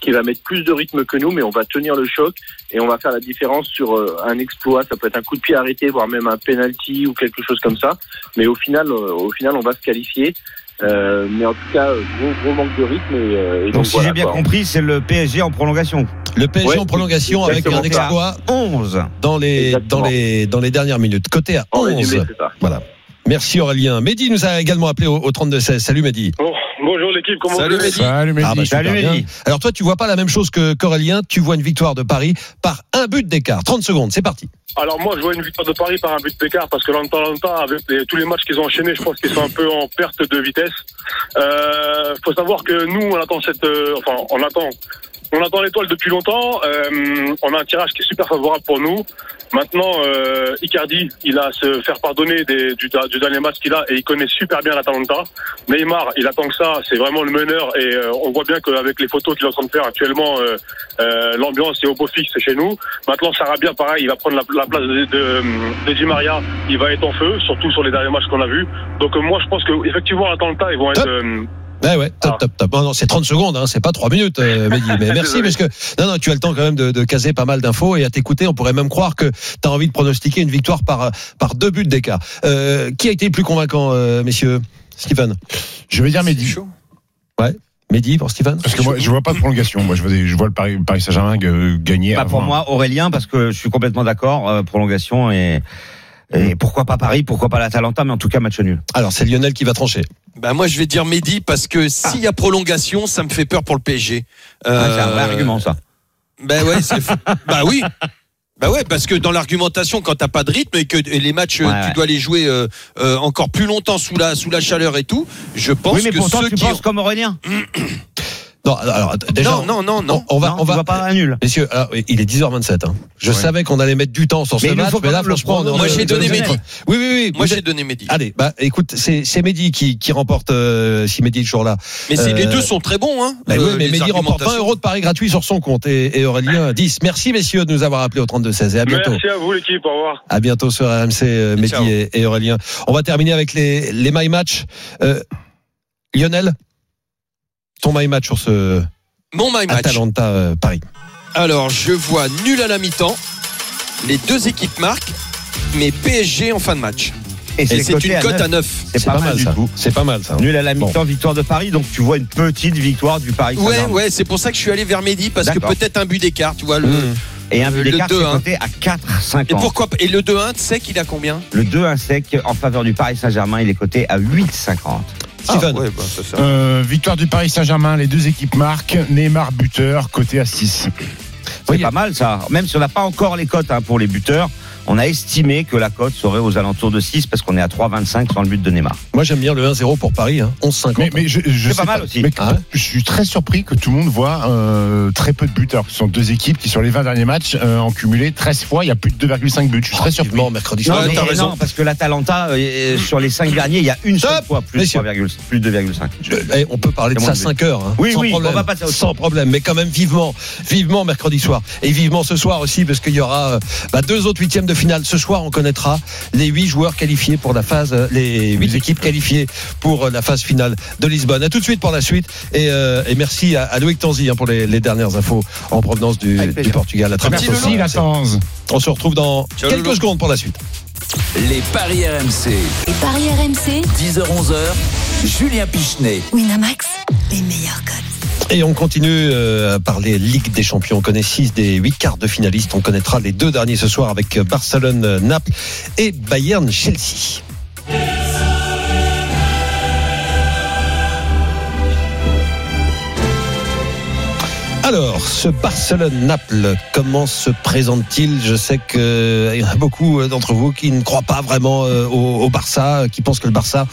J: qui va mettre plus de rythme que nous, mais on va tenir le choc et on va faire la différence sur euh, un exploit. Ça peut être un coup de pied arrêté, voire même un penalty ou quelque chose comme ça. Mais au final, euh, au final, on va se qualifier. Euh, mais en tout cas, euh, gros, gros manque de rythme. Et, euh, et
G: Donc,
J: donc,
G: si
J: voilà,
G: j'ai bien
J: quoi.
G: compris, c'est le PSG en prolongation.
E: Le PSG
J: Ouais,
E: en prolongation avec
J: exactement
E: un exploit
G: 11.
E: dans les, dans
J: Exactement.
E: les, dans les dernières minutes. Côté à
J: En résumé,
E: 11.
J: c'est ça.
E: Voilà. Merci Aurélien. Mehdi nous a également appelé au, au 32-16. Salut Mehdi.
J: bonjour l'équipe, comment
F: Salut Mehdi.
H: Salut, Mehdi.
E: Ah bah, super
G: Salut,
E: bien.
G: Mehdi.
E: Alors toi tu vois pas la même chose que Corélien, tu vois une victoire de Paris par un but d'écart. 30 secondes, c'est parti.
J: Alors moi, je vois une victoire de Paris par un but d'écart parce que l'Antalanta, avec les- tous les matchs qu'ils ont enchaînés, je pense qu'ils sont un peu en perte de vitesse. Euh, faut savoir que nous, on attend cette, euh, enfin, on attend, on attend l'étoile depuis longtemps. Euh, on a un tirage qui est super favorable pour nous. Maintenant, euh, Icardi, il a à se faire pardonner des- du, du dernier match qu'il a et il connaît super bien l'Atalanta. Neymar, il attend que ça. C'est vraiment le meneur et euh, on voit bien qu'avec les photos qu'il est en train de faire actuellement, euh, euh, l'ambiance est au beau fixe chez nous. Maintenant, Sarabia, pareil, il va prendre la, la place de, de, de Di Maria. Il va être en feu, surtout sur les derniers matchs qu'on a vus. Donc, euh, moi, je pense que effectivement, à Atalanta, ils vont être. euh,
E: Ouais, ouais, top,
J: Ah.
E: top, top. Non, non, c'est 30 secondes, hein, c'est pas 3
J: *laughs*
E: minutes, euh, Mehdi. Mais merci, parce que non, non, tu as le temps quand même de, de caser pas mal d'infos et à t'écouter, on pourrait même croire que tu as envie de pronostiquer une victoire par, euh, par deux buts d'écart. Euh, qui a été le plus convaincant, euh, messieurs Stephen
H: Je vais dire Mehdi.
E: Ouais. Mehdi pour Steven
H: Parce que moi, je vois pas de prolongation. Moi, je vois, des- je vois le Paris, Paris Saint-Germain euh, gagner.
G: Bah,
H: à
G: pour
H: 20.
G: moi, Aurélien, parce que je suis complètement d'accord, euh, prolongation et,
F: Mm.
G: et pourquoi pas Paris, pourquoi pas l'Atalanta, mais en tout cas match nul.
E: Alors c'est Lionel qui va trancher.
F: Bah moi je vais dire Mehdi parce que s'il y a prolongation, ça me fait peur pour le PSG. Euh,
G: Ah, c'est un vrai argument ça.
F: Ben ouais, c'est fou. bah oui. Bah ouais, parce que dans l'argumentation, quand t'as pas de rythme et que et les matchs, euh,
G: Ouais,
F: tu
G: ouais.
F: dois les jouer euh, euh, encore plus longtemps sous la sous la chaleur et tout, je pense
G: Oui, mais
F: que
G: pourtant
F: ceux
G: tu
F: qui
G: penses comme Aurélien.
E: Non, alors att- déjà.
F: non non non non.
E: On, on va,
G: Non,
E: on
G: tu
E: va. euh,
G: vois pas un nul.
E: Messieurs, alors, il est 10h27. hein. Je
H: Ouais.
E: savais qu'on allait mettre du temps sur ce
G: Mais il nous
E: match,
G: faut
E: mais
G: quand
E: là,
G: même le
E: franchement,
G: prendre.
E: on
F: Moi,
E: est-
F: j'ai donné
E: on est-
F: mes titres.
E: Oui, oui, oui.
F: Moi
E: vous
F: j'ai
E: êtes-
F: donné Mehdi.
E: Allez, bah écoute, c'est c'est Mehdi qui, qui remporte euh, si Mehdi est toujours là.
F: mais c'est- les
E: euh,
F: deux sont très bons hein.
E: Bah oui,
F: euh,
E: mais
F: les
E: Mehdi remporte
F: argumentations.
E: 20 euros de paris gratuit sur son compte et, et Aurélien 10. Merci messieurs de nous avoir appelés au 32-16 et à bientôt.
J: Merci à vous l'équipe, au revoir.
E: À bientôt sur RMC, euh, Mehdi
F: Ciao.
E: et, et Aurélien. On va terminer avec les, les My Match. Euh, Lionel, ton My Match sur ce
F: Mon my match.
E: Atalanta euh, Paris.
F: Alors, je vois nul à la mi-temps. Les deux équipes marquent, mais PSG en fin de match. Et c'est
G: coté
F: une
G: à
F: cote à
G: neuf.
F: 9.
G: C'est pas, mal
E: ça.
G: du tout.
E: C'est pas mal ça.
G: Nul à la
E: Bon.
G: mi-temps, victoire de Paris, donc tu vois une petite victoire du Paris.
F: Ouais,
G: Saint-Germain.
F: ouais, c'est pour ça que je suis allé vers Mehdi, parce que
G: D'accord. Mm.
F: peut-être un but d'écart, tu vois. Le...
E: Mmh.
G: Et un
F: Le hein.
G: but d'écart, c'est
F: 2-1.
G: coté à
F: Et
G: 4,50.
F: pourquoi pas- Et le 2-1, tu sais qu'il a combien
G: Le 2-1 sec en faveur du Paris Saint-Germain, il est coté à 8,50.
E: Steven.
F: ouais, bah, ça, ça.
H: Euh, victoire du Paris Saint-Germain, les deux équipes marquent. Neymar buteur, côté à 6.
G: C'est
E: Oui.
G: pas mal ça. Même si on n'a pas encore les cotes hein, pour les buteurs, on a estimé que la cote serait aux alentours de 6 parce qu'on est à 3,25 sur le but de Neymar.
E: Moi j'aime bien le 1-0 pour Paris, hein. 11-50.
H: Mais, mais je, je
G: C'est pas
H: sais
G: mal aussi.
H: mais
E: Ah ouais.
H: Je suis très surpris que tout le monde voit euh, très peu de buts. Alors que ce sont deux équipes qui, sur les 20 derniers matchs, euh, ont cumulé 13 fois. Il y a plus de 2,5 buts.
G: Ah,
H: Je suis très surpris.
E: Effectivement, mercredi
F: Non,
E: soir.
G: mais-
F: mais- t'as raison.
G: non, parce que l'Atalanta, euh, sur les 5 derniers, il y a une seule
E: Stop,
G: fois plus, de
E: messieurs.
G: 3,5, plus de 2,5.
E: Je- eh, on peut parler de
G: C'est
E: ça
G: moins
E: 5 heures. hein,
G: Oui,
E: sans
G: oui,
E: problème,
G: on va passer à autre
E: sans
G: chose.
E: problème. Mais quand même vivement, vivement mercredi soir et vivement ce soir aussi parce qu'il y aura euh, bah, deux autres huitièmes de finale. Ce soir, on connaîtra les huit joueurs qualifiés pour la phase, euh, les huit équipes qualifiées pour euh, la phase finale de Lisbonne. À tout de suite pour la suite et, euh, et merci à, à Loïc Tanzi hein, pour les, les dernières infos en provenance du,
I: Avec plaisir.
E: du Portugal. À très
H: Merci
E: bientôt.
H: aussi, la Tanze.
E: On se retrouve dans
F: Ciao,
E: quelques
F: Lolo.
E: secondes pour la suite.
D: Les paris RMC,
C: Les paris RMC,
D: 10h-11h, Julien Pichenet.
C: Winamax, les meilleurs cotes.
E: Et on continue euh, à parler Ligue des Champions. On connaît 6 des 8 quarts de finalistes. On connaîtra les deux derniers ce soir avec Barcelone, euh, Naples et Bayern, Chelsea. Alors, ce Barcelone-Naples, comment se présente-t-il Je sais qu'il y en a beaucoup euh, d'entre vous qui ne croient pas vraiment euh, au, au Barça, euh, qui pensent que le Barça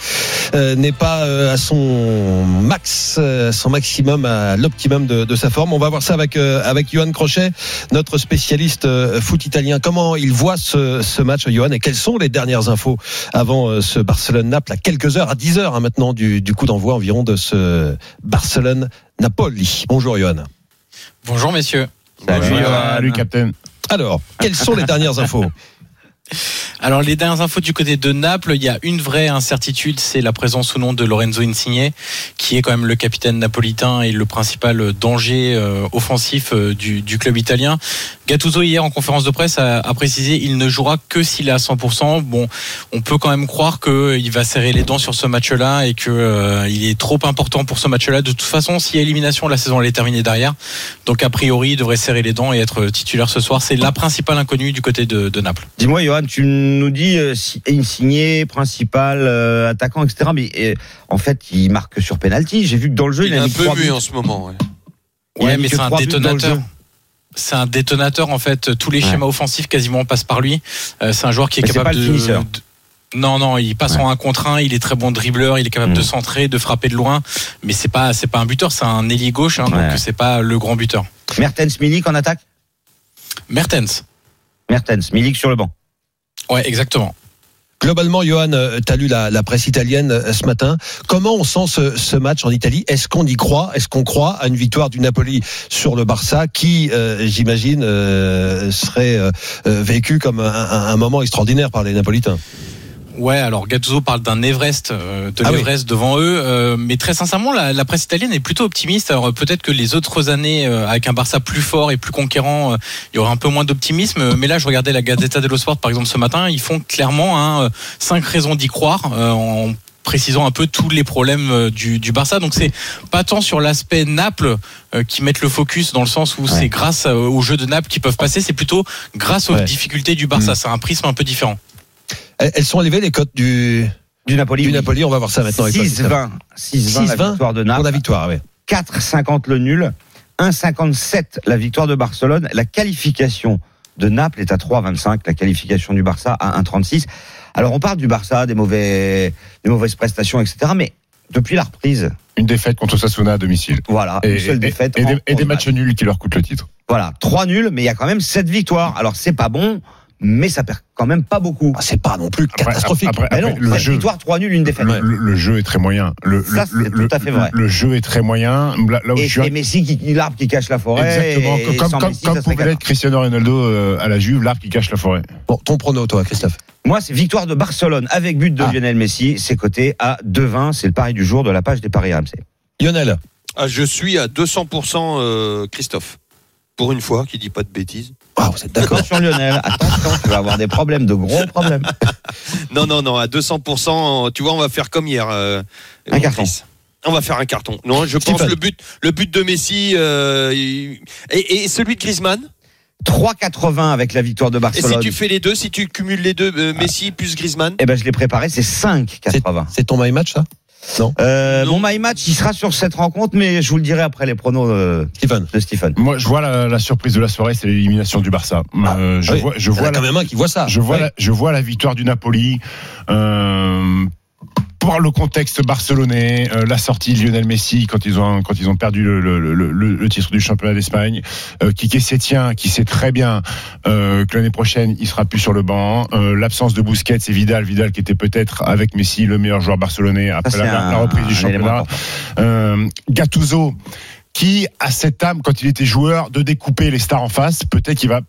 E: euh, n'est pas euh, à son max, euh, à son maximum, à l'optimum de, de sa forme. On va voir ça avec euh, avec Johan Crochet, notre spécialiste euh, foot italien. Comment il voit ce, ce match, Johan, et quelles sont les dernières infos avant euh, ce Barcelone-Naples à quelques heures, à 10 heures hein, maintenant du, du coup d'envoi environ de ce Barcelone-Napoli. Bonjour Johan.
K: Bonjour messieurs.
G: Salut,
H: Salut,
G: Johan.
H: Captain.
E: Alors, quelles sont les dernières infos
K: Alors les dernières infos du côté de Naples, il y a une vraie incertitude, c'est la présence ou non de Lorenzo Insigne, qui est quand même le capitaine napolitain et le principal danger euh, offensif euh, du, du club italien. Gattuso hier en conférence de presse a, a précisé il ne jouera que s'il est à 100%. Bon, on peut quand même croire qu'il va serrer les dents sur ce match-là et que euh, il est trop important pour ce match-là. De toute façon, s'il y a élimination, la saison elle est terminée derrière. Donc a priori, il devrait serrer les dents et être euh, titulaire ce soir. C'est la principale inconnue du côté de- de Naples.
G: Dis-moi, Johan, tu nous dis euh, si- Insigné, principal, euh, attaquant, etc. Mais euh, en fait, il marque sur penalty. J'ai vu que dans le jeu, il,
F: Il est
G: a
F: un
G: mis
F: peu
G: trois
F: mu
G: buts.
F: en ce moment. ouais.
G: Il a
K: Ouais,
G: mis
K: mais
G: que
K: c'est un
G: trois buts dans le
K: détonateur.
G: jeu.
K: C'est un détonateur en fait. Tous les
G: Ouais.
K: schémas offensifs quasiment passent par lui. Euh, c'est un joueur qui est
G: Mais c'est
K: capable
G: pas le
K: de,
G: finisseur.
K: de- Non, non, il passe en un contre un. Il est très bon dribbleur. Il est capable
G: Mm.
K: de centrer, de frapper de loin. Mais c'est pas, c'est pas un buteur. C'est un ailier gauche. hein,
G: Ouais.
K: Donc c'est pas le grand buteur.
G: Mertens, Milik en attaque
K: Mertens.
G: Mertens, Milik sur le banc.
K: Ouais, exactement.
E: Globalement, Johan, euh, t'as lu la, la presse italienne euh, ce matin. Comment on sent ce, ce match en Italie Est-ce qu'on y croit Est-ce qu'on croit à une victoire du Napoli sur le Barça, qui, euh, j'imagine, euh, serait euh, euh, vécu comme un, un- un moment extraordinaire par les Napolitains
K: Ouais, alors Gattuso parle d'un Everest, euh, de
E: Ah oui.
K: l'Everest devant eux, euh, mais très sincèrement, la, la presse italienne est plutôt optimiste. Alors euh, peut-être que les autres années, euh, avec un Barça plus fort et plus conquérant, euh, il y aura un peu moins d'optimisme. Euh, Mais là, je regardais la Gazzetta dello Sport, par exemple, ce matin, ils font clairement hein, euh, cinq raisons d'y croire. Euh, en précisant un peu tous les problèmes euh, du, du Barça. Donc c'est pas tant sur l'aspect Naples euh, qui mettent le focus dans le sens où c'est grâce euh, au jeu de Naples qu'ils peuvent passer, c'est plutôt grâce aux
E: Ouais. Mm.
K: difficultés du Barça. C'est un prisme un peu différent.
E: Elles elles sont élevées, les cotes du,
G: Du Napoli.
E: du
G: oui.
E: Napoli. On va voir ça maintenant. avec toi, Christophe.
G: 6-20. 6-20 la
E: 6-20,
G: victoire de
E: Pour la
G: Naples.
E: victoire, oui.
G: 4-50 le nul. 1-57 la victoire de Barcelone. La qualification de Naples est à 3-25. La qualification du Barça à 1-36. Alors on parle du Barça, des, mauvais, des mauvaises prestations, etc. Mais depuis la reprise,
H: Une défaite contre Sasuna à domicile.
G: voilà, Ah, une seule défaite.
H: et
G: en
H: des, et des
G: 11
H: matchs nuls qui leur coûtent le titre.
G: Voilà, 3 nuls, mais il y a quand même 7 victoires. Alors c'est pas bon, mais ça perd quand même pas beaucoup.
E: Ah, c'est pas non plus
H: Après-
E: catastrophique.
H: après-
G: Mais non,
H: le
G: 7
H: jeu.
G: victoires, 3 nuls, une défaite.
H: Le, le- le jeu est très moyen. Le,
G: Ça,
H: le-
G: c'est
H: le-
G: tout à fait
H: le-
G: vrai.
H: Le jeu est très moyen. Là, là où
G: Et
H: je suis
G: c'est Messi qui, qui- l'arbre qui cache la forêt.
H: Exactement,
G: et- et
H: comme,
G: sans
H: comme,
G: Messi,
H: comme
G: ça serait
H: pouvait l'être Cristiano Ronaldo euh, à la Juve, l'arbre qui cache la forêt.
E: Bon, ton prono, toi, Christophe.
G: Moi, c'est victoire de Barcelone avec but de
E: Ah.
G: Lionel Messi. C'est coté à 2,20. C'est le pari du jour de la page des paris RMC.
E: Lionel,
F: Ah, je suis à 200% euh, Christophe. Pour une fois, qui dit pas de bêtises.
E: Ah, vous êtes d'accord
G: Attention Lionel, attention, tu vas avoir des problèmes, de gros problèmes.
F: Non, non, non, à 200%, tu vois, on va faire comme hier. euh,
G: Un
F: mon
G: carton.
F: Chris. On va faire un carton. Non, je pense
E: Stéphane.
F: le but, le but de Messi euh, il- et, et celui de Griezmann.
G: 3,80 avec la victoire de
F: Et si
G: Barcelone. Ah.
F: tu fais les deux, si tu cumules les deux, euh, Messi plus Griezmann.
G: Eh ben, je l'ai préparé, c'est 5,80.
E: c'est ton my match, ça
G: Euh,
F: Non.
G: mon my match, il sera sur cette rencontre, mais je vous le dirai après les pronos euh,
E: Stephen
G: de Stephen.
H: Moi, je vois la, la surprise de la soirée, c'est l'élimination du Barça. Euh, je
E: Ah, oui.
H: vois, je
E: Il y en
H: vois
E: a quand
H: la-
E: même un qui voit ça.
H: Je vois,
E: Ouais.
H: la, je vois la victoire du Napoli. Euh, par le contexte barcelonais, euh, la sortie de Lionel Messi quand ils ont quand ils ont perdu le, le, le, le- le titre du championnat d'Espagne, euh, qui s'y tient, qui sait très bien euh, que l'année prochaine il sera plus sur le banc, Euh, l'absence de Busquets et Vidal, Vidal qui était peut-être avec Messi le meilleur joueur barcelonais après
G: Ça,
H: la,
G: c'est
H: la- la
G: un-
H: reprise du
G: un élément
H: championnat,
G: important.
H: euh, Gattuso qui a cette âme quand il était joueur de découper les stars en face, peut-être qu'il va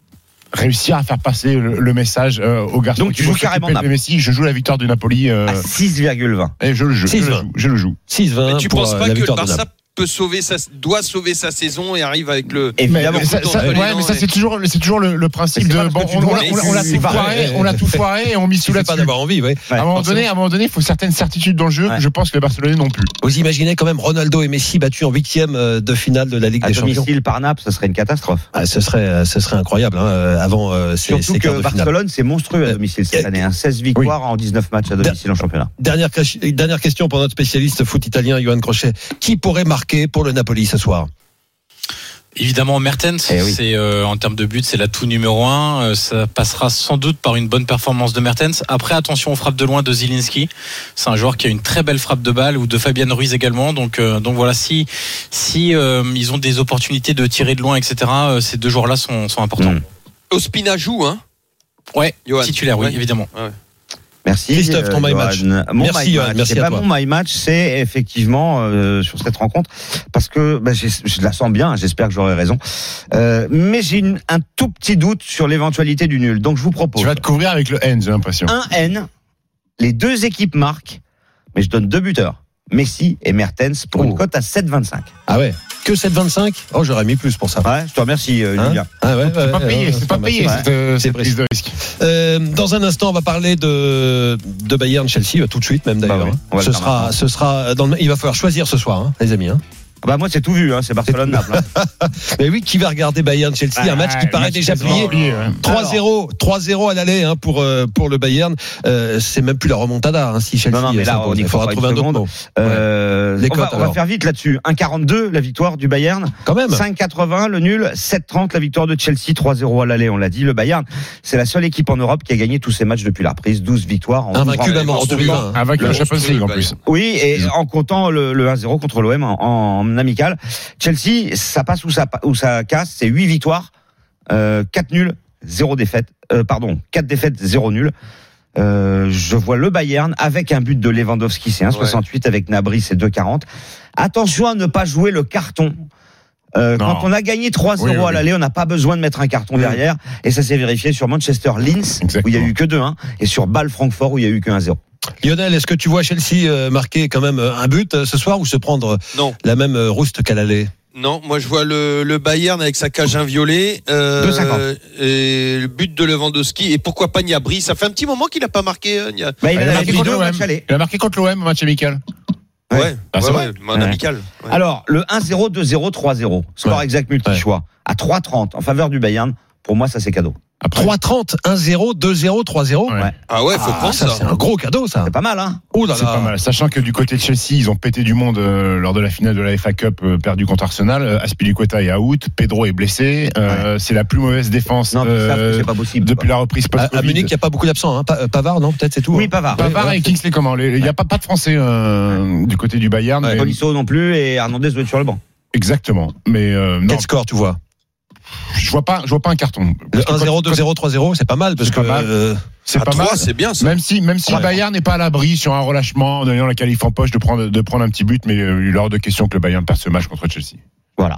H: réussir à faire passer le, le message euh, aux garçons.
G: Donc,
H: qui
G: tu joues
H: vont s'occuper
G: carrément
H: de
G: Naples.
H: Messi, je joue la victoire du Napoli euh,
G: À 6,20.
H: et je le joue. Je le
E: 6-20.
H: joue. Je le joue.
F: Mais
E: 6-20
F: tu
E: pour
F: penses
E: euh,
F: pas
E: la
F: que le
E: victoire de
F: Barça
E: Naples.
F: peut sauver sa, doit sauver sa saison et arrive avec le.
H: Mais,
G: Évidemment.
H: mais ça,
F: couteau
H: ça-
F: entre les
H: ouais,
F: dents,
H: mais ça
F: ouais.
H: c'est toujours, le- c'est toujours le, le principe
G: Mais c'est
H: de
G: pas parce
H: bon,
G: que tu
H: on,
G: dois
H: on-
G: laisser euh,
H: on- on l'a
G: les
H: tout
G: barres.
H: foiré, on l'a tout foiré et on mis sous
E: Tu
H: la
E: fais pas d'avoir envie, oui.
H: à un moment
E: forcément.
H: donné, à un moment donné, il faut certaines certitudes dans le jeu.
G: Ouais.
H: Je pense que les Barcelonais non plus.
E: Vous imaginez quand même Ronaldo et Messi battus en huitième euh, de finale de la Ligue
G: À
E: des Champions
G: domicile par Naples, ce serait une catastrophe.
E: Ah, ce serait, euh, ce serait incroyable hein, euh, avant euh, ces,
G: Surtout
E: ces quarts
G: que
E: de finale.
G: Barcelone, c'est monstrueux
E: Euh,
G: à domicile cette
E: euh,
G: année. hein. 16 victoires en 19 matchs à domicile en championnat.
E: Dernière, cach- dernière question pour notre spécialiste foot italien, Johan Crochet. Qui pourrait marquer pour le Napoli ce soir
K: Évidemment, Mertens,
G: Eh oui.
K: c'est euh, en termes de but, c'est l'atout numéro un. Euh, ça passera sans doute par une bonne performance de Mertens. Après, attention aux frappes de loin de Zielinski. C'est un joueur qui a une très belle frappe de balle ou de Fabian Ruiz également. Donc, euh, donc voilà, si si euh, ils ont des opportunités de tirer de loin, etc. euh, ces deux joueurs-là sont, sont importants.
G: Mm.
F: Ospina joue, hein
K: Ouais,
F: Johan.
K: titulaire, oui,
F: Ouais.
K: évidemment.
G: Merci.
E: Christophe, ton
G: euh,
E: my
G: Johan.
E: match.
G: Mon
E: Merci,
G: my
E: Johan,
G: match,
E: merci
G: c'est
E: à
G: pas
E: toi.
G: mon my match, c'est effectivement euh, sur cette rencontre parce que bah, j'ai- je la sens bien. J'espère que j'aurai raison, Euh, mais j'ai une- un tout petit doute sur l'éventualité du nul. Donc je vous propose
H: Tu vas te couvrir avec le N, j'ai l'impression.
G: un N. Les deux équipes marquent, mais je donne deux buteurs, Messi et Mertens pour
E: Oh.
G: une cote à 7,25.
E: Ah ouais Que 7,25 Oh, j'aurais mis plus pour ça.
G: Ouais, je te remercie, euh,
E: Hein
G: Julien.
E: Ah ouais, ouais,
H: C'est pas
E: ouais,
H: payé,
E: ouais,
H: c'est pas
E: mal.
H: payé
G: ouais.
H: cette, euh,
E: C'est
H: cette
E: précis.
H: prise de risque.
E: Euh, dans un instant, on va parler de, de Bayern Chelsea, euh, tout de suite même d'ailleurs.
G: Bah oui,
E: hein.
G: on va le
E: ce,
G: faire
E: sera,
G: maintenant.
E: ce sera euh, dans le- il va falloir choisir ce soir, hein, les amis. hein.
G: Ah Bah moi c'est tout vu, hein, c'est Barcelone-Naples. hein.
E: *laughs* Mais oui, qui va regarder Bayern Chelsea Un match
H: Ah,
E: qui paraît
H: match
E: déjà
H: quasiment
E: plié.
H: oublié, ouais.
E: 3-0, 3-0 à l'aller hein, pour, euh, pour le Bayern. Euh, c'est même plus la remontada hein, si Chelsea
G: Non, non, mais là,
E: s'impose.
G: on y
E: Il
G: croit
E: faudra
G: pas
E: trouver un
G: une
E: autre
G: seconde.
E: mot.
G: Euh,
E: Les
G: on, va,
E: cotes,
G: on va
E: alors.
G: faire vite là-dessus. 1,42 la victoire du Bayern.
E: Quand même.
G: 5,80 le nul, 7,30 la victoire de Chelsea, 3-0 à l'aller, on l'a dit. Le Bayern, c'est la seule équipe en Europe qui a gagné tous ses matchs depuis la reprise, 12 victoires en
E: Invaincu
G: ouvrant-
E: même en
F: en
E: 2020.
H: Avec
F: Le
H: le Champions
F: Bayern.
H: League en plus.
G: Oui, et en comptant le, le 1-0 contre l'OM en, en amical. Chelsea, ça passe ou ça, pa- ou ça casse, c'est 8 victoires, euh, 4 nuls, 0 défaite, euh, pardon, 4 défaites, 0 nul. Euh, je vois le Bayern avec un but de Lewandowski, c'est 1,68 avec Nabri, c'est 2,40. Attention à ne pas jouer le carton. Euh,
H: Non.
G: quand on a gagné 3-0
H: Oui, oui,
G: à
H: oui.
G: l'aller, on n'a pas besoin de mettre un carton derrière. Et ça s'est vérifié sur Manchester-Linz, où il y a
H: Exactement.
G: eu que 2-1, et sur Bâle-Francfort, où il y a eu que 1-0.
E: Lionel, est-ce que tu vois Chelsea euh, marquer quand même euh, un but euh, ce soir ou se prendre
F: Non.
E: la même euh, rouste qu'à l'aller
F: Non, moi je vois le, le Bayern avec sa cage inviolée. euh,
G: 2,50.
F: et le but de Lewandowski. Et pourquoi pas Niabri Ça fait un petit moment qu'il n'a pas marqué. euh, Nia-
G: Bah, il
H: Il
G: en
H: a
G: a
H: marqué
G: marqué contre
H: contre
G: le match
H: l'OM.
G: aller.
H: Il a marqué contre l'OM au match amical.
F: Ouais,
H: Ah, c'est
F: ouais,
H: vrai
F: ouais, mais en
G: Ouais.
F: amical. Ouais.
G: Alors, le 1-0, 2-0, 3-0, score
H: Ouais.
G: exact multi-choix, à 3-30 en faveur du Bayern, pour moi, ça c'est cadeau.
H: Après,
E: 3-30, 1-0, 2-0, 3-0.
H: Ouais.
F: Ah ouais, faut
E: Ah,
F: prendre
E: ça,
F: ça.
E: c'est un gros cadeau, ça.
G: C'est pas mal, hein
E: Oh là
H: C'est pas
E: là.
H: mal. Sachant que du côté de Chelsea, ils ont pété du monde euh, lors de la finale de la FA Cup euh, perdue contre Arsenal. Euh, Aspilicueta est out, Pedro est blessé. Euh, C'est la plus mauvaise défense
G: Non, mais
H: euh,
G: ça, c'est pas possible.
H: depuis la reprise
E: À, à
H: post-Covid.
E: Munich, il n'y a pas beaucoup d'absents. Hein. Pa- euh, Pavard, non, peut-être, c'est tout.
G: Oui,
E: hein.
G: Pavard.
E: Pas-
H: Pavard
E: Ouais, ouais,
H: et Kingsley Coman. Les- Il n'y a pas, pas de Français euh, du côté du Bayern. mais-
G: Tolisso non plus et Hernandez doit être sur le banc.
H: exactement. Mais euh, non,
E: Quel score, tu vois
H: je vois pas, je vois pas un carton.
E: Le
H: Parce que
E: 1-0,
H: quand-
E: 2-0, 3-0, c'est pas mal. Parce
H: C'est
E: que.
H: pas mal.
E: euh,
H: C'est
F: À
H: pas mal.
F: trois, c'est bien ça.
H: Même si, même si
E: Ouais.
H: Bayern n'est pas à l'abri sur un relâchement en ayant la qualif en poche de prendre, de prendre un petit but, mais euh, il est hors de question que le Bayern perde ce match contre Chelsea.
G: Voilà.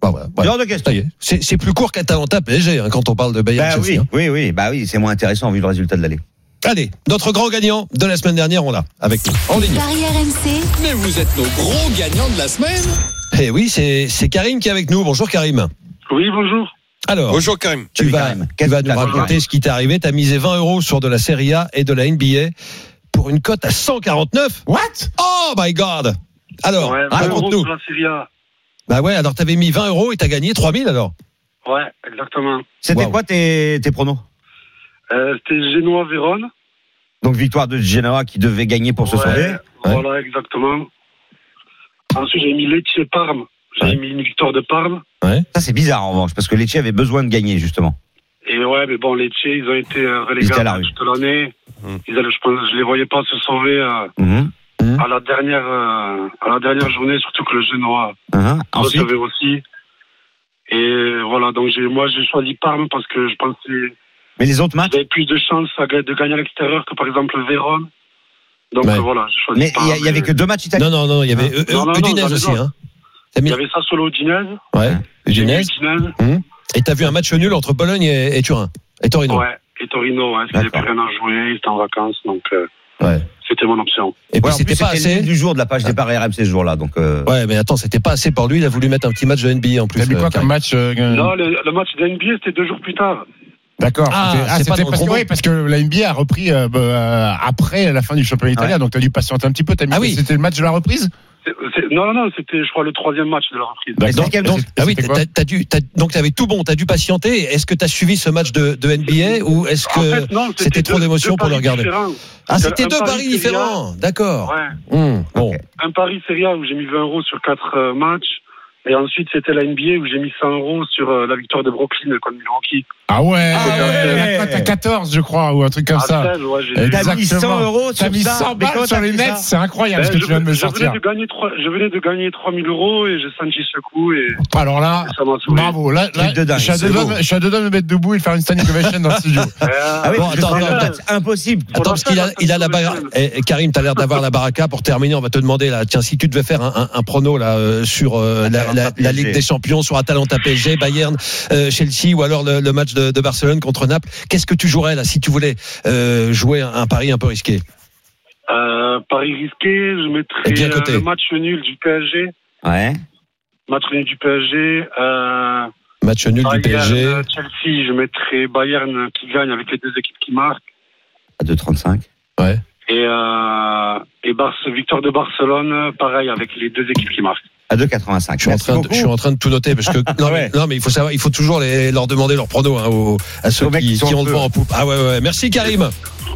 E: bah, voilà, voilà.
G: Dehors de question.
E: Ça y est. C'est c'est plus court qu'Atalanta PSG hein, quand on parle de Bayern.
G: Bah
E: Chelsea,
G: oui,
E: hein.
G: oui, oui, bah oui, c'est moins intéressant vu le résultat de l'année.
E: Allez, notre grand gagnant de la semaine dernière, on l'a avec nous en ligne.
C: Paris RMC,
D: Mais vous êtes nos gros gagnants de la semaine.
E: Eh oui, c'est c'est Karim qui est avec nous. Bonjour Karim.
J: Oui, bonjour.
E: Alors,
F: Bonjour Karim.
E: tu
G: Salut,
E: vas,
G: Karim.
E: tu
G: Qu'est-ce que
E: vas nous
G: t'as fait
E: raconter ce qui t'est arrivé. T'as misé 20 euros sur de la Serie A et de la NBA pour une cote à 149.
H: What
E: Oh my God Ah, Alors,
J: Ouais, vingt euros
E: raconte-nous.
J: pour la Serie A.
E: Bah ouais, alors t'avais mis 20 euros et t'as gagné 3000 alors.
J: Ouais, exactement.
G: C'était
E: Wow.
G: quoi tes, tes pronos
J: Euh, C'était Génois Vérone.
G: Donc victoire de Genoa qui devait gagner pour se
J: Ouais,
G: sauver.
J: Voilà, exactement. Ensuite, j'ai mis Lecce Parme. J'ai
G: Ouais.
J: mis une victoire de Parme.
G: Ça c'est bizarre en revanche parce que Lecce avait besoin de gagner justement.
J: Et ouais, mais bon, Lecce, ils ont été euh,
G: étaient à la
J: relégés
G: rue.
J: toute l'année.
F: Hum.
J: Ils allaient, je pense, je les voyais pas se sauver euh,
D: Hmm.
G: Mhm,
J: à la dernière, euh, à la dernière journée, surtout que le Génois
E: Hein,
G: mhm. Ensuite,
J: recevait aussi. Et euh, voilà, donc j'ai, moi, j'ai choisi Parme parce que je pensais
G: mais les autres matchs.
J: J'avais plus de chances à ga- de gagner à l'extérieur que par exemple Vérone. Donc
E: Ouais.
J: euh, voilà, je choisis
G: Mais
J: pas,
G: il y a- il y, avait que deux matchs italiens.
E: Non, non, non, il y avait euh,
J: Non, non, non,
E: Udinese
J: non, non.
E: aussi. Hein. T'as
J: Il
E: mis...
J: y avait Sassuolo Udinese.
E: Ouais,
J: J'ai mis
E: Udinese. Hum.
J: Udinese.
E: Et t'as vu un match nul entre Bologne et, et Turin. Et Torino.
J: Ouais, et Torino, ouais, parce qu'il n'y avait plus rien à jouer, il était en vacances, donc euh,
E: Ouais.
J: c'était mon option.
E: Et puis
G: Ouais, en plus,
E: c'était pas
G: le
E: assez. Ah.
G: du jour de la page départ RMC ce jour-là. Donc euh,
E: Ouais, mais attends, c'était pas assez pour lui. Il a voulu mettre un petit match de NBA en plus.
H: T'as mis
E: euh,
H: quoi
E: Karim.
H: comme match euh,
J: Là, le, le match de NBA, c'était deux jours plus tard.
H: D'accord.
E: Ah,
H: C'était-
E: c'est
H: c'était
E: pas dans le
H: parce, que,
E: combo.
H: oui, parce que la NBA a repris euh, bah, euh, après la fin du
G: Ah
H: championnat italien, donc t'as dû patienter un petit peu. T'as mis
E: Ah
H: que
E: oui.
H: C'était le match de la reprise
J: C'est- c'est- non, non, non, c'était, je crois, le troisième match de la reprise.
G: D'accord.
E: Donc, donc, ah oui,
H: c'était quoi
E: t'as- t'as dû, t'as- donc t'avais tout bon, t'as dû patienter. Est-ce que t'as suivi ce match de, de NBA ou est-ce
J: En
E: que
J: fait, non,
E: c'était trop
J: deux-
E: d'émotions
J: deux
E: pour le
J: paris
E: regarder
J: différents.
E: Ah, c'était
J: un
E: deux
J: pari
E: paris
J: Serie A.
E: différents, d'accord.
J: Ouais.
E: Hum, bon,
J: Un pari Serie A où j'ai mis 20 euros sur quatre euh, matchs. Et ensuite, c'était la NBA où j'ai mis 100 euros sur euh, la victoire de Brooklyn contre Milwaukee.
H: Ah ouais,
G: Ah ouais.
H: La cote à 14, je crois, ou un truc comme
J: À
H: ça.
J: 16, ouais, j'ai-
H: Elle-
G: t'as mis
H: exactement.
G: 100 euros sur
H: T'as mis
G: ça.
H: 100
G: Mais comment
H: balles sur
G: t'as
H: les
G: fait
H: nets,
G: ça
H: c'est incroyable ce
J: Ben,
H: que tu viens de me
J: je
H: sortir.
J: Venais de gagner 3, je venais de gagner 3000 euros et j'ai senti ce coup et
H: Alors là,
J: ça m'a saoulé.
H: bravo. Là, là,
G: Truc de dingue,
H: je suis à deux
G: c'est
H: doigts-
G: beau.
H: je suis à deux doigts de me mettre debout et de faire une standing ovation dans le studio.
J: Euh,
G: Ah oui,
E: Bon,
G: parce que
E: attends,
G: c'est un
E: attends,
G: match impossible.
E: Attends, parce qu'il a, il a la baraka. Eh, eh, Karim, t'as l'air d'avoir la baraka. Pour terminer, on va te demander, là, tiens, si tu devais faire un, un, un prono là, euh, sur euh, la, la- la Ligue des Champions, sur Atalanta PSG, Bayern, euh, Chelsea, ou alors le, le match de, de Barcelone contre Naples, qu'est-ce que tu jouerais là si tu voulais euh, jouer un, un pari un peu risqué
J: euh, pari risqué, je
E: Et
J: mettrais
E: bien
J: euh,
E: coté.
J: le match nul du PSG.
G: Ouais.
J: Match nul du PSG. Euh,
E: Match nul du
J: Bayern,
E: PSG.
J: euh, Chelsea, je mettrais Bayern qui gagne avec les deux équipes qui marquent.
G: À 2,35.
J: Et, euh, et Barce- victoire de Barcelone, pareil, avec les deux équipes qui marquent.
G: À 2,85.
E: Je suis, en
G: Merci
E: train de, je suis
G: beaucoup. Ah
E: en train de tout
G: *laughs*
E: noter parce que non, mais-
G: Ouais.
E: non, mais, il faut savoir il faut toujours les- leur demander leur prono hein, aux- à ceux
G: Aux mecs
E: qui,
G: qui sont
E: qui
G: en
E: ont le
G: feu.
E: vent en poupe ah ouais ouais merci Karim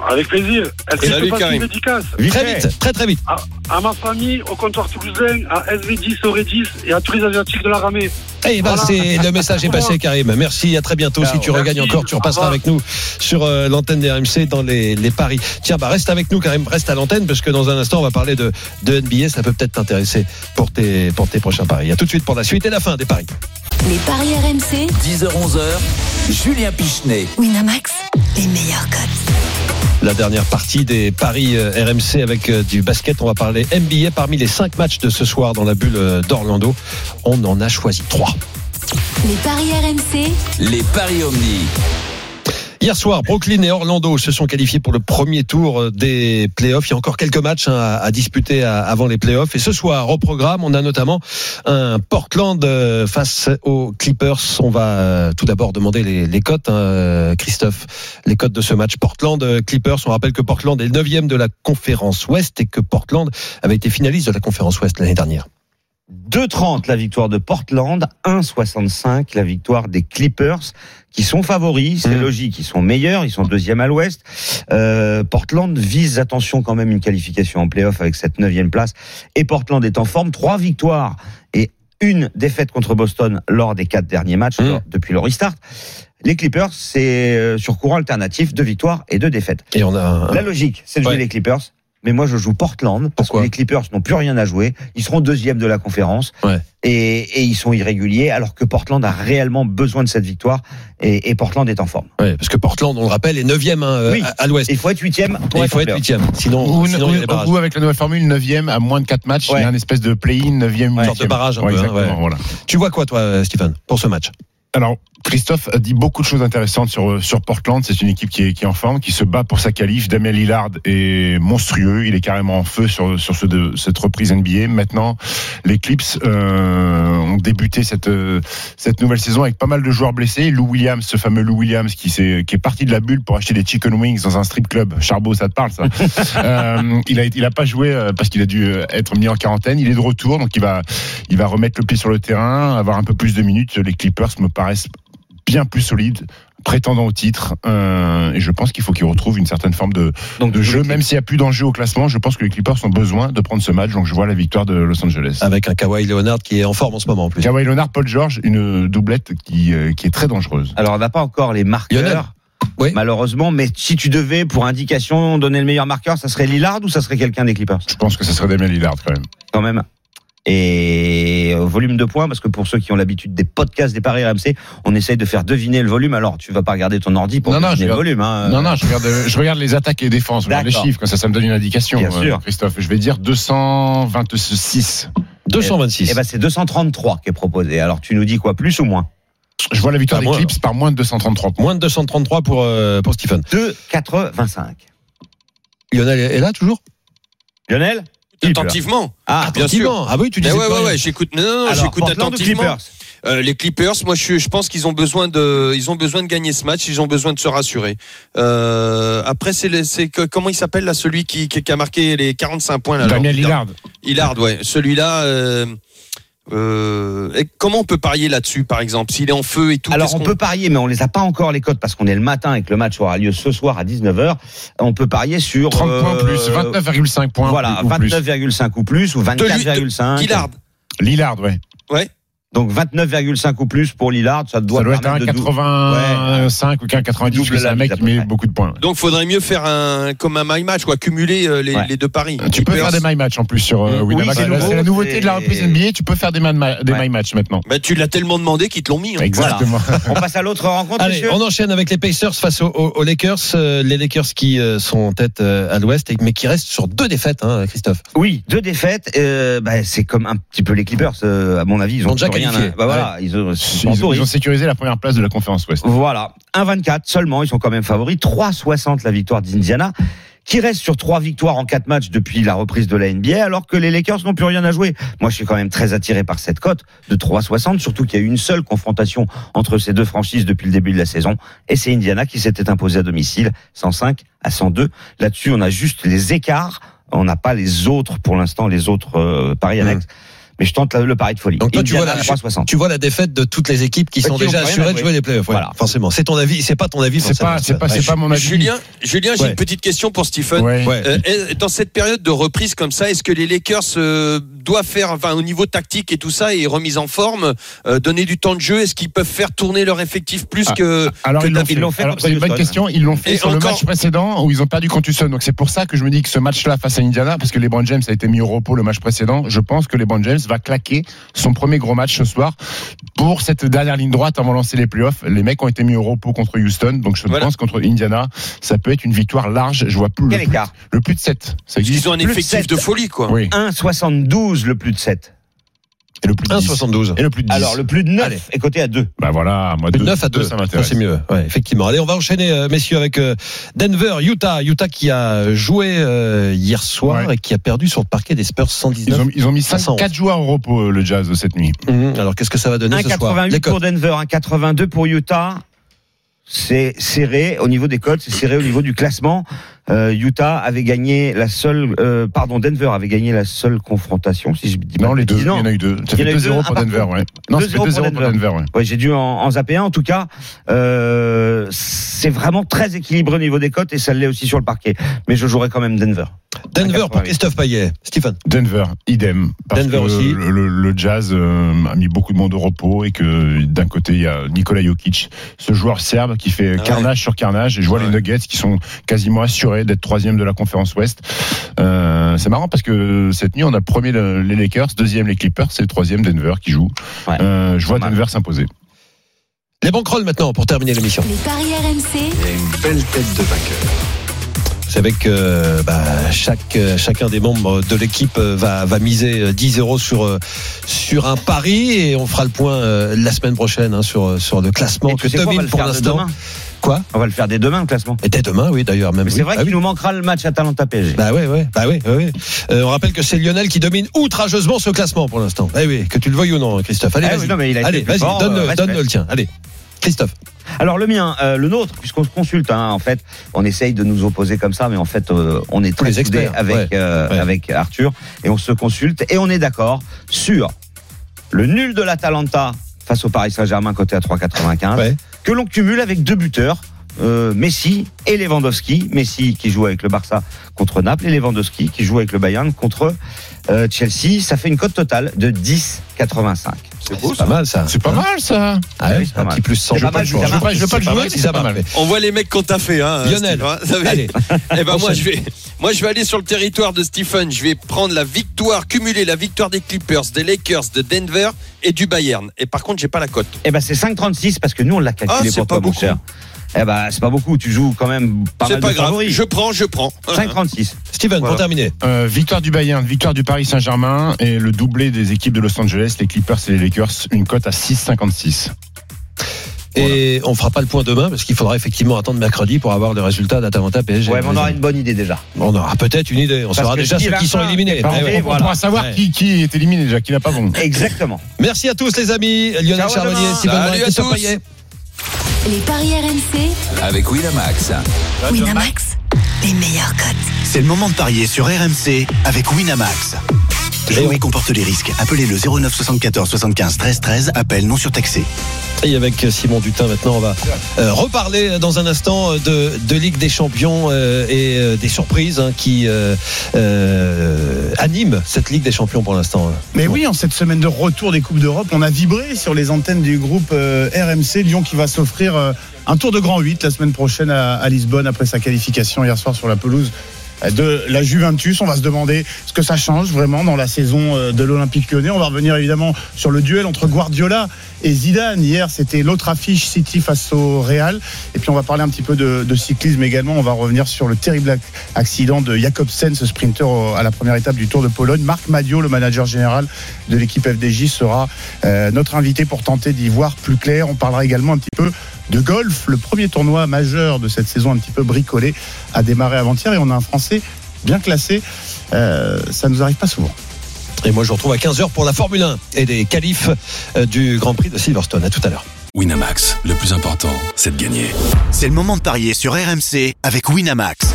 J: Avec plaisir. Est-ce que
F: Salut,
J: je peux passer
F: Karim.
J: une dédicace
G: Vite
E: très
G: fait.
E: vite très très vite
J: à, à ma famille, au comptoir toulousain, à SV10, au Redis et à tous les Asiatiques de la Ramée
E: Eh ben,
J: Voilà.
E: c'est le message est passé, Karim. Merci, à très bientôt. si
J: merci.
E: tu regagnes encore, tu
J: Au
E: repasseras
J: revoir.
E: avec nous sur euh, l'antenne des RMC dans les, les paris. Tiens, bah reste avec nous, Karim. Reste à l'antenne parce que dans un instant, on va parler de, de NBA. Ça peut peut-être t'intéresser pour tes, pour tes prochains paris. À tout de suite pour la suite et la fin des paris.
C: les paris RMC,
D: 10h-11h, Julien Pichenet.
C: Winamax, les meilleurs cotes.
E: La dernière partie des paris euh, RMC avec euh, du basket. On va parler NBA parmi les cinq matchs de ce soir dans la bulle euh, d'Orlando. On en a choisi trois.
C: Les paris RMC,
D: Les Paris Omni.
E: Hier soir, Brooklyn et Orlando se sont qualifiés pour le premier tour euh, des playoffs. Il y a encore quelques matchs hein, à, à disputer à- avant les playoffs. Et ce soir, au programme, on a notamment un Portland euh, face aux Clippers. On va euh, tout d'abord demander les, les cotes, hein, Christophe, les cotes de ce match. Portland-Clippers, on rappelle que Portland est le neuvième de la conférence Ouest et que Portland avait été finaliste de la conférence Ouest l'année dernière.
G: 2,30 la victoire de Portland, 1,65 la victoire des Clippers, qui sont favoris, c'est
E: Mm.
G: logique, ils sont meilleurs, ils sont deuxième à l'ouest. Euh, Portland vise, attention quand même, une qualification en playoff avec cette neuvième place. Et Portland est en forme, trois victoires et une défaite contre Boston lors des quatre derniers matchs,
E: Mm.
G: lors- depuis le restart. Les Clippers, c'est euh, sur courant alternatif, deux victoires et deux défaites.
E: Et on a un-
G: La logique, c'est de
E: Ouais.
G: jouer les Clippers. Mais moi, je joue Portland parce
E: Pourquoi
G: que les Clippers n'ont plus rien à jouer. Ils seront deuxième de la conférence
E: Ouais.
G: et, et ils sont irréguliers, alors que Portland a réellement besoin de cette victoire et, et Portland est en forme.
E: ouais, parce que Portland, on le rappelle, est neuvième hein,
G: Oui.
E: à, à l'Ouest.
G: Il faut être huitième.
E: Et
G: Pour
E: Il faut
G: en
E: être
G: playoff.
E: huitième, sinon,
H: Ou,
E: sinon il y a des
H: ou-
E: barrages.
H: ou avec la nouvelle formule, 9ème à moins de 4 matchs,
G: Ouais.
H: il y a un espèce de play-in, 9ème,
E: Une sorte de barrage un peu, hein, ouais.
H: voilà.
E: Tu vois quoi, toi, euh, Stéphane, pour ce match
H: Alors, Christophe a dit beaucoup de choses intéressantes sur, euh, sur Portland. C'est une équipe qui est, qui est en forme, qui se bat pour sa qualif. Damien Lillard est monstrueux. Il est carrément en feu sur, sur ce de- cette reprise NBA. Maintenant, les Clips euh, ont débuté cette, euh, cette nouvelle saison avec pas mal de joueurs blessés. Lou Williams, ce fameux Lou Williams qui, s'est- qui est parti de la bulle pour acheter des chicken wings dans un strip club. Charbot, ça te parle,
E: *laughs*
H: ça Euh, il a il a pas joué euh, parce qu'il a dû euh, être mis en quarantaine. Il est de retour, donc il va il va remettre le pied sur le terrain, avoir un peu plus de minutes. Les Clippers me paraissent bien plus solides, prétendant au titre. Euh, et je pense qu'il faut qu'ils retrouvent une certaine forme de,
G: Donc,
H: de
G: tous
H: jeu,
G: les
H: même s'il n'y a plus d'enjeu au classement. Je pense que les Clippers ont besoin de prendre ce match. Donc je vois la victoire de Los Angeles.
E: avec un Kawhi Leonard qui est en forme en ce moment en plus.
H: Kawhi Leonard, Paul George, une doublette qui, euh, qui est très dangereuse.
G: Alors, on n'a pas encore les
E: Lionel.
G: marqueurs.
E: Oui.
G: Malheureusement, mais si tu devais, pour indication, donner le meilleur marqueur, ça serait Lillard ou ça serait quelqu'un des Clippers
H: Je pense que ce serait Damien Lillard quand même.
G: quand même. Et au volume de points, parce que pour ceux qui ont l'habitude des podcasts des Paris RMC, on essaye de faire deviner le volume. Alors, tu vas pas regarder ton ordi pour
H: Non, non,
G: deviner
H: je
G: le
H: regarde-
G: volume. Hein.
H: Non, non, je regarde, euh, je regarde les attaques et les défenses, je regarde les
G: D'accord.
H: chiffres, comme ça, ça me donne une indication,
G: Bien
H: euh,
G: sûr.
H: Christophe. Je vais dire 226.
E: 226.
G: Eh ben, c'est 233 qui est proposé. Alors, tu nous dis quoi, plus ou moins
H: Je vois la victoire
E: Ah,
H: des
E: moi,
H: Clips par moins de 233 points.
E: Moins de 233 pour, euh, pour Stephen.
G: 2,85.
E: Lionel est là toujours
G: Lionel Il pleure.
F: Attentivement.
G: Ah,
F: bien sûr.
E: Attentivement. Ah oui, tu
F: Mais
E: disais
F: ouais,
E: quoi,
F: ouais,
E: Lionel
F: ouais, j'écoute. Non, non, non,
G: alors,
F: j'écoute
G: Portland ou
F: attentivement.
G: Clippers
F: Euh, les Clippers, moi je, je pense qu'ils ont besoin de, ils ont besoin de gagner ce match, ils ont besoin de se rassurer. Euh, après, c'est, le- c'est que- comment il s'appelle là celui qui, qui, qui a marqué les 45 points là.
H: Damien
F: alors, putain.
H: Lillard.
F: Lillard, ouais, celui-là. euh, euh, et comment on peut parier là-dessus, par exemple, s'il est en feu et tout.
G: Alors,
F: qu'est-ce
G: on
F: qu'on-
G: peut parier, mais on les a pas encore les cotes parce qu'on est le matin et que le match aura lieu ce soir à 19h. On peut parier sur.
H: 30 points en
G: euh,
H: plus, 29,5 points
G: Voilà,
H: ou plus.
G: 29,5 ou plus, ou 24,5.
F: Lillard.
H: Lillard, ouais.
G: Donc 29,5 ou plus pour Lillard, ça doit,
H: Ça doit être un
G: permettre de dou-
H: 85 ou un 90,
G: Double
H: parce que c'est
G: la
H: un
G: mise
H: mec
G: à
H: qui
G: peu
H: met
G: près.
H: beaucoup de points.
F: Donc, faudrait mieux faire un comme un my match, quoi, cumuler euh, les,
G: Ouais.
F: les deux paris.
H: Tu peux
F: Clippers.
H: faire des my match en plus sur euh,
G: Oui,
H: Winamax.
G: c'est
H: C'est
G: nouveau,
H: la- c'est la nouveauté de la reprise
G: c'est-
H: NBA, tu peux faire des, man- ma- des
G: Ouais.
H: my match maintenant.
F: Bah, tu l'as tellement demandé qu'ils te l'ont mis. hein.
H: Exactement.
G: On passe à l'autre
H: *laughs*
G: rencontre,
E: Allez,
G: messieurs
E: on enchaîne avec les Pacers face aux, aux- aux Lakers. Euh, les Lakers qui euh, sont en tête euh, à l'Ouest, et- mais qui restent sur deux défaites, hein, Christophe.
G: Oui, deux défaites. euh, bah, c'est comme un petit peu les Clippers, euh, à mon avis. Ils
E: Ils
G: ont
E: ont déjà
G: plus rien.
E: qualifié.
G: à- Bah, voilà, ils ont, ils
H: Ils
G: sont
H: ont-
G: en touriste.
H: ils ont sécurisé la première place de la conférence Ouest.
G: Voilà, 1,24 seulement, ils sont quand même favoris. 3,60 la victoire d'Indiana, qui reste sur trois victoires en quatre matchs depuis la reprise de la NBA, alors que les Lakers n'ont plus rien à jouer. Moi, je suis quand même très attiré par cette cote de 3,60, surtout qu'il y a eu une seule confrontation entre ces deux franchises depuis le début de la saison, et c'est Indiana qui s'était imposé à domicile, 105 à 102. Là-dessus, on a juste les écarts, on n'a pas les autres pour l'instant, les autres euh, paris
E: Mhm.
G: annexes. Mais je tente la- le pari de folie.
E: Donc toi, tu vois
G: Indiana
E: la-
G: à 3,60.
E: Tu vois la défaite de toutes les équipes qui
G: Bah,
E: sont
G: qui ont
E: déjà
G: rien à
E: assurées de
G: jouer.
E: jouer les playoffs. ouais,
G: Voilà.
E: forcément. C'est ton avis, c'est pas ton avis.
H: C'est pas,
E: forcément.
H: c'est pas,
E: Ouais.
H: c'est pas mon avis.
F: Julien, Julien, j'ai
E: Ouais.
F: une petite question pour Stephen.
H: Ouais.
E: Ouais.
F: Euh, est- dans cette période de reprise comme ça, est-ce que les Lakers euh, doivent faire, enfin au niveau tactique et tout ça, et remise en forme, euh, donner du temps de jeu, est-ce qu'ils peuvent faire tourner leur effectif plus
H: Ah,
F: que
H: Alors
F: que
H: ils l'ont
F: d'hab-
H: fait.
G: ils l'ont fait
H: Alors,
G: contre
H: c'est une bonne
G: Houston.
H: question. Ils l'ont fait
F: Et
H: sur le
F: encore-
H: match précédent où ils ont perdu contre Houston. Donc c'est pour ça que je me dis que ce match-là face à Indiana, parce que LeBron James a été mis au repos le match précédent, je pense que LeBron James va claquer son premier gros match ce soir pour cette dernière ligne droite avant de lancer les playoffs. Les mecs ont été mis au repos contre Houston, donc je
F: Voilà.
H: pense contre Indiana, ça peut être une victoire large. Je vois plus
G: Quel
H: le,
G: écart
H: le plus de 7 Ça
F: Ils ont un
G: Plus
F: effectif
G: sept.
F: de folie, quoi.
H: Oui.
G: 1,72 le plus de 7.
H: Et le plus de 10.
E: 1,72.
H: Et le plus de 10.
G: Alors, le plus de 9
E: Allez.
G: est coté à 2.
H: Bah voilà, moi
E: Plus de
H: 2,
E: 9 à 2,
H: ça
E: ça
H: m'intéresse.
E: Ah, c'est mieux, ouais, effectivement. Allez, on va enchaîner, euh, messieurs, avec euh, Denver, Utah. Utah qui a joué euh, hier soir
H: Ouais.
E: et qui a perdu sur le parquet des Spurs 119.
H: Ils ont, ils ont mis 5,
E: 511.
H: 4 joueurs au repos, euh, le Jazz, cette nuit.
E: Mhm. Alors, qu'est-ce que ça va donner ce soir
G: 1,88
E: Les
G: pour
E: codes.
G: Denver, 1,82 pour Utah. C'est serré au niveau des codes, c'est serré au niveau du classement. Euh, Utah avait gagné la seule, euh, pardon, Denver avait gagné la seule confrontation, si je dis pas
H: Non,
G: de
H: les deux.
G: bêtises.
H: Il y en a eu deux. Ça
G: Ah, Il y en a
H: fait
G: eu
H: 2-0
G: deux,
H: pour
G: ah,
H: Denver,
G: par
H: ouais. Non, ça fait
G: 2-0 pour
H: 2-0 pour
G: Denver.
H: Denver, ouais.
G: Ouais, j'ai dû en, en zapper un. En tout cas, euh, c'est vraiment très équilibré au niveau des cotes et ça l'est aussi sur le parquet. Mais je jouerai quand même Denver.
E: Ah Denver pour
G: 1,88.
E: Christophe Payet. Stephen.
H: Denver, idem. Parce
E: Denver
H: que
E: aussi.
H: Le, le- le Jazz euh, a mis beaucoup de monde au repos et que d'un côté il y a Nikola Jokic, ce joueur serbe qui fait
F: Ah
H: carnage sur carnage. Et je vois
F: Ah
H: les
F: ouais.
H: Nuggets qui sont quasiment assurés d'être troisième de la conférence Ouest. Euh, c'est marrant parce que cette nuit on a premier le- les Lakers, deuxième les Clippers, c'est le troisième Denver qui joue.
G: Ouais.
H: Euh, je vois
G: Mal.
H: Denver s'imposer.
E: Les banquerolles maintenant pour terminer l'émission.
C: Les paris RMC,
D: Il y a une belle tête de vainqueur.
E: C'est avec euh, bah, chaque euh, chacun des membres de l'équipe euh, va, va miser euh, 10 euros sur euh, sur un pari et on fera le point euh, la semaine prochaine hein, sur euh, sur le classement
G: Et
E: que
G: tu sais quoi, on va
E: domine
G: le
E: pour
G: faire dès
E: l'instant.
G: demain.
E: Quoi
G: On va le faire dès demain, le classement.
E: Et dès demain, oui d'ailleurs même.
G: Mais
E: oui.
G: c'est vrai
E: Bah
G: qu'il
E: oui.
G: nous manquera le match Atalanta PSG.
E: Bah ouais, ouais, bah ouais, ouais, ouais. Euh, on rappelle que c'est Lionel qui domine outrageusement ce classement pour l'instant. Eh oui, que tu le veuilles ou non, Christophe. Allez,
G: Eh
E: vas-y.
G: oui, non, mais il a été
E: Allez,
G: plus
E: vas-y,
G: fort,
E: donne,
G: euh,
E: donne
G: respect.
E: le tien. Allez, Christophe.
G: Alors le mien, euh, le nôtre, puisqu'on se consulte, hein, en fait, on essaye de nous opposer comme ça, mais en fait, euh, on est très
E: les
G: soudés
E: experts,
G: avec
E: ouais,
G: euh,
E: ouais.
G: avec Arthur et on se consulte et on est d'accord sur le nul de l'Atalanta face au Paris Saint-Germain côté à 3,95
E: Ouais.
G: que l'on cumule avec deux buteurs. euh, Messi et Lewandowski. Messi qui joue avec le Barça contre Naples et Lewandowski qui joue avec le Bayern contre euh, Chelsea. Ça fait une cote totale de 10,85.
E: Ah, C'est pas mal ça.
H: C'est pas mal ça.
E: Ah ouais,
G: Oui, c'est pas
E: un
G: mal.
E: petit plus 100.
G: C'est pas mal,
E: je pense.
G: c'est pas mal.
E: Je veux pas le
H: C'est pas
E: jouer,
H: mal,
E: mais c'est pas mal.
F: On voit les mecs qu'on t'a fait, hein.
E: Lionel.
F: Steve, hein, ça fait-
E: Allez,
F: *laughs* Eh ben moi
E: Enchaîne.
F: je vais, moi je vais aller sur le territoire de Stephen. Je vais prendre la victoire, cumuler la victoire des Clippers, des Lakers, de Denver et du Bayern. Et par contre j'ai pas la cote.
G: Eh ben c'est 5,36 parce que nous on l'a
F: Ah,
G: calculé
F: c'est
G: pour
F: pas
G: toi, mon
F: beaucoup.
G: cher. Eh ben c'est pas beaucoup. Tu joues quand même pas
F: C'est
G: mal
F: pas
G: de
F: grave.
G: favoris.
F: Je prends, je prends.
G: 5,36.
E: Steven, pour
F: Voilà.
E: terminer.
H: Euh, victoire du Bayern, victoire du Paris Saint-Germain et le doublé des équipes de Los Angeles, les Clippers et les Lakers, une cote à 6,56.
E: Et on fera pas le point demain parce qu'il faudra effectivement attendre mercredi pour avoir le résultat d'Atalanta PSG.
G: Ouais, mais on aura une bonne idée déjà.
E: On aura peut-être une idée. On
G: Parce
E: saura
G: que
E: déjà
G: si
E: ceux
G: la
E: qui sont
G: fin
E: éliminés. Eh
G: est pas
E: Ouais,
G: fait,
E: ouais.
H: On
G: voilà.
H: pourra savoir
E: Ouais.
H: qui, qui est éliminé déjà, qui n'a pas bon.
G: Exactement.
E: Merci à tous les amis. Lionel
G: Ciao, à
E: Charbonnier,
G: demain.
E: Steven
F: Salut
E: Brun,
F: à
E: Christophe
F: tous.
E: Payet.
C: les paris RMC,
D: Avec Winamax.
C: Winamax, les meilleurs cotes.
B: C'est le moment de parier sur RMC avec Winamax.
E: Eh
B: Jouer comporte les risques. Appelez le 09 74 75 13 13. Appel non surtaxé.
E: Et avec Simon Dutin, maintenant, on va euh, reparler dans un instant euh, de, de Ligue des Champions euh, et euh, des surprises hein, qui euh, euh, animent cette Ligue des Champions pour l'instant. hein.
L: Mais oui, en cette semaine de retour des Coupes d'Europe, on a vibré sur les antennes du groupe euh, RMC Lyon qui va s'offrir euh, un tour de Grand 8 la semaine prochaine à, à Lisbonne après sa qualification hier soir sur la pelouse euh, de la Juventus. On va se demander ce que ça change vraiment dans la saison euh, de l'Olympique lyonnais. On va revenir évidemment sur le duel entre Guardiola et Zidane. Hier, c'était l'autre affiche City face au Real. Et puis on va parler un petit peu de, de cyclisme également. On va revenir sur le terrible ac- accident de Jakobsen, ce sprinter au- à la première étape du Tour de Pologne. Marc Madio, le manager général de l'équipe FDJ, sera euh, notre invité pour tenter d'y voir plus clair. On parlera également un petit peu de golf. Le premier tournoi majeur de cette saison, un petit peu bricolé, a démarré avant-hier et on a un Français bien classé. Euh, ça nous arrive pas souvent.
E: Et moi, je vous retrouve à 15h pour la Formule 1 et les qualifs euh, du Grand Prix de Silverstone. À tout à l'heure.
A: Winamax, le plus important, c'est de gagner.
B: C'est le moment de parier sur RMC avec Winamax.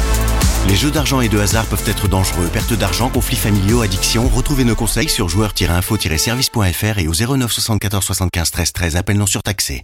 B: Les jeux d'argent et de hasard peuvent être dangereux. Perte d'argent, conflits familiaux, addiction. Retrouvez nos conseils sur joueurs-info-service.fr et au 09 74 75 13 13. Appel non surtaxé.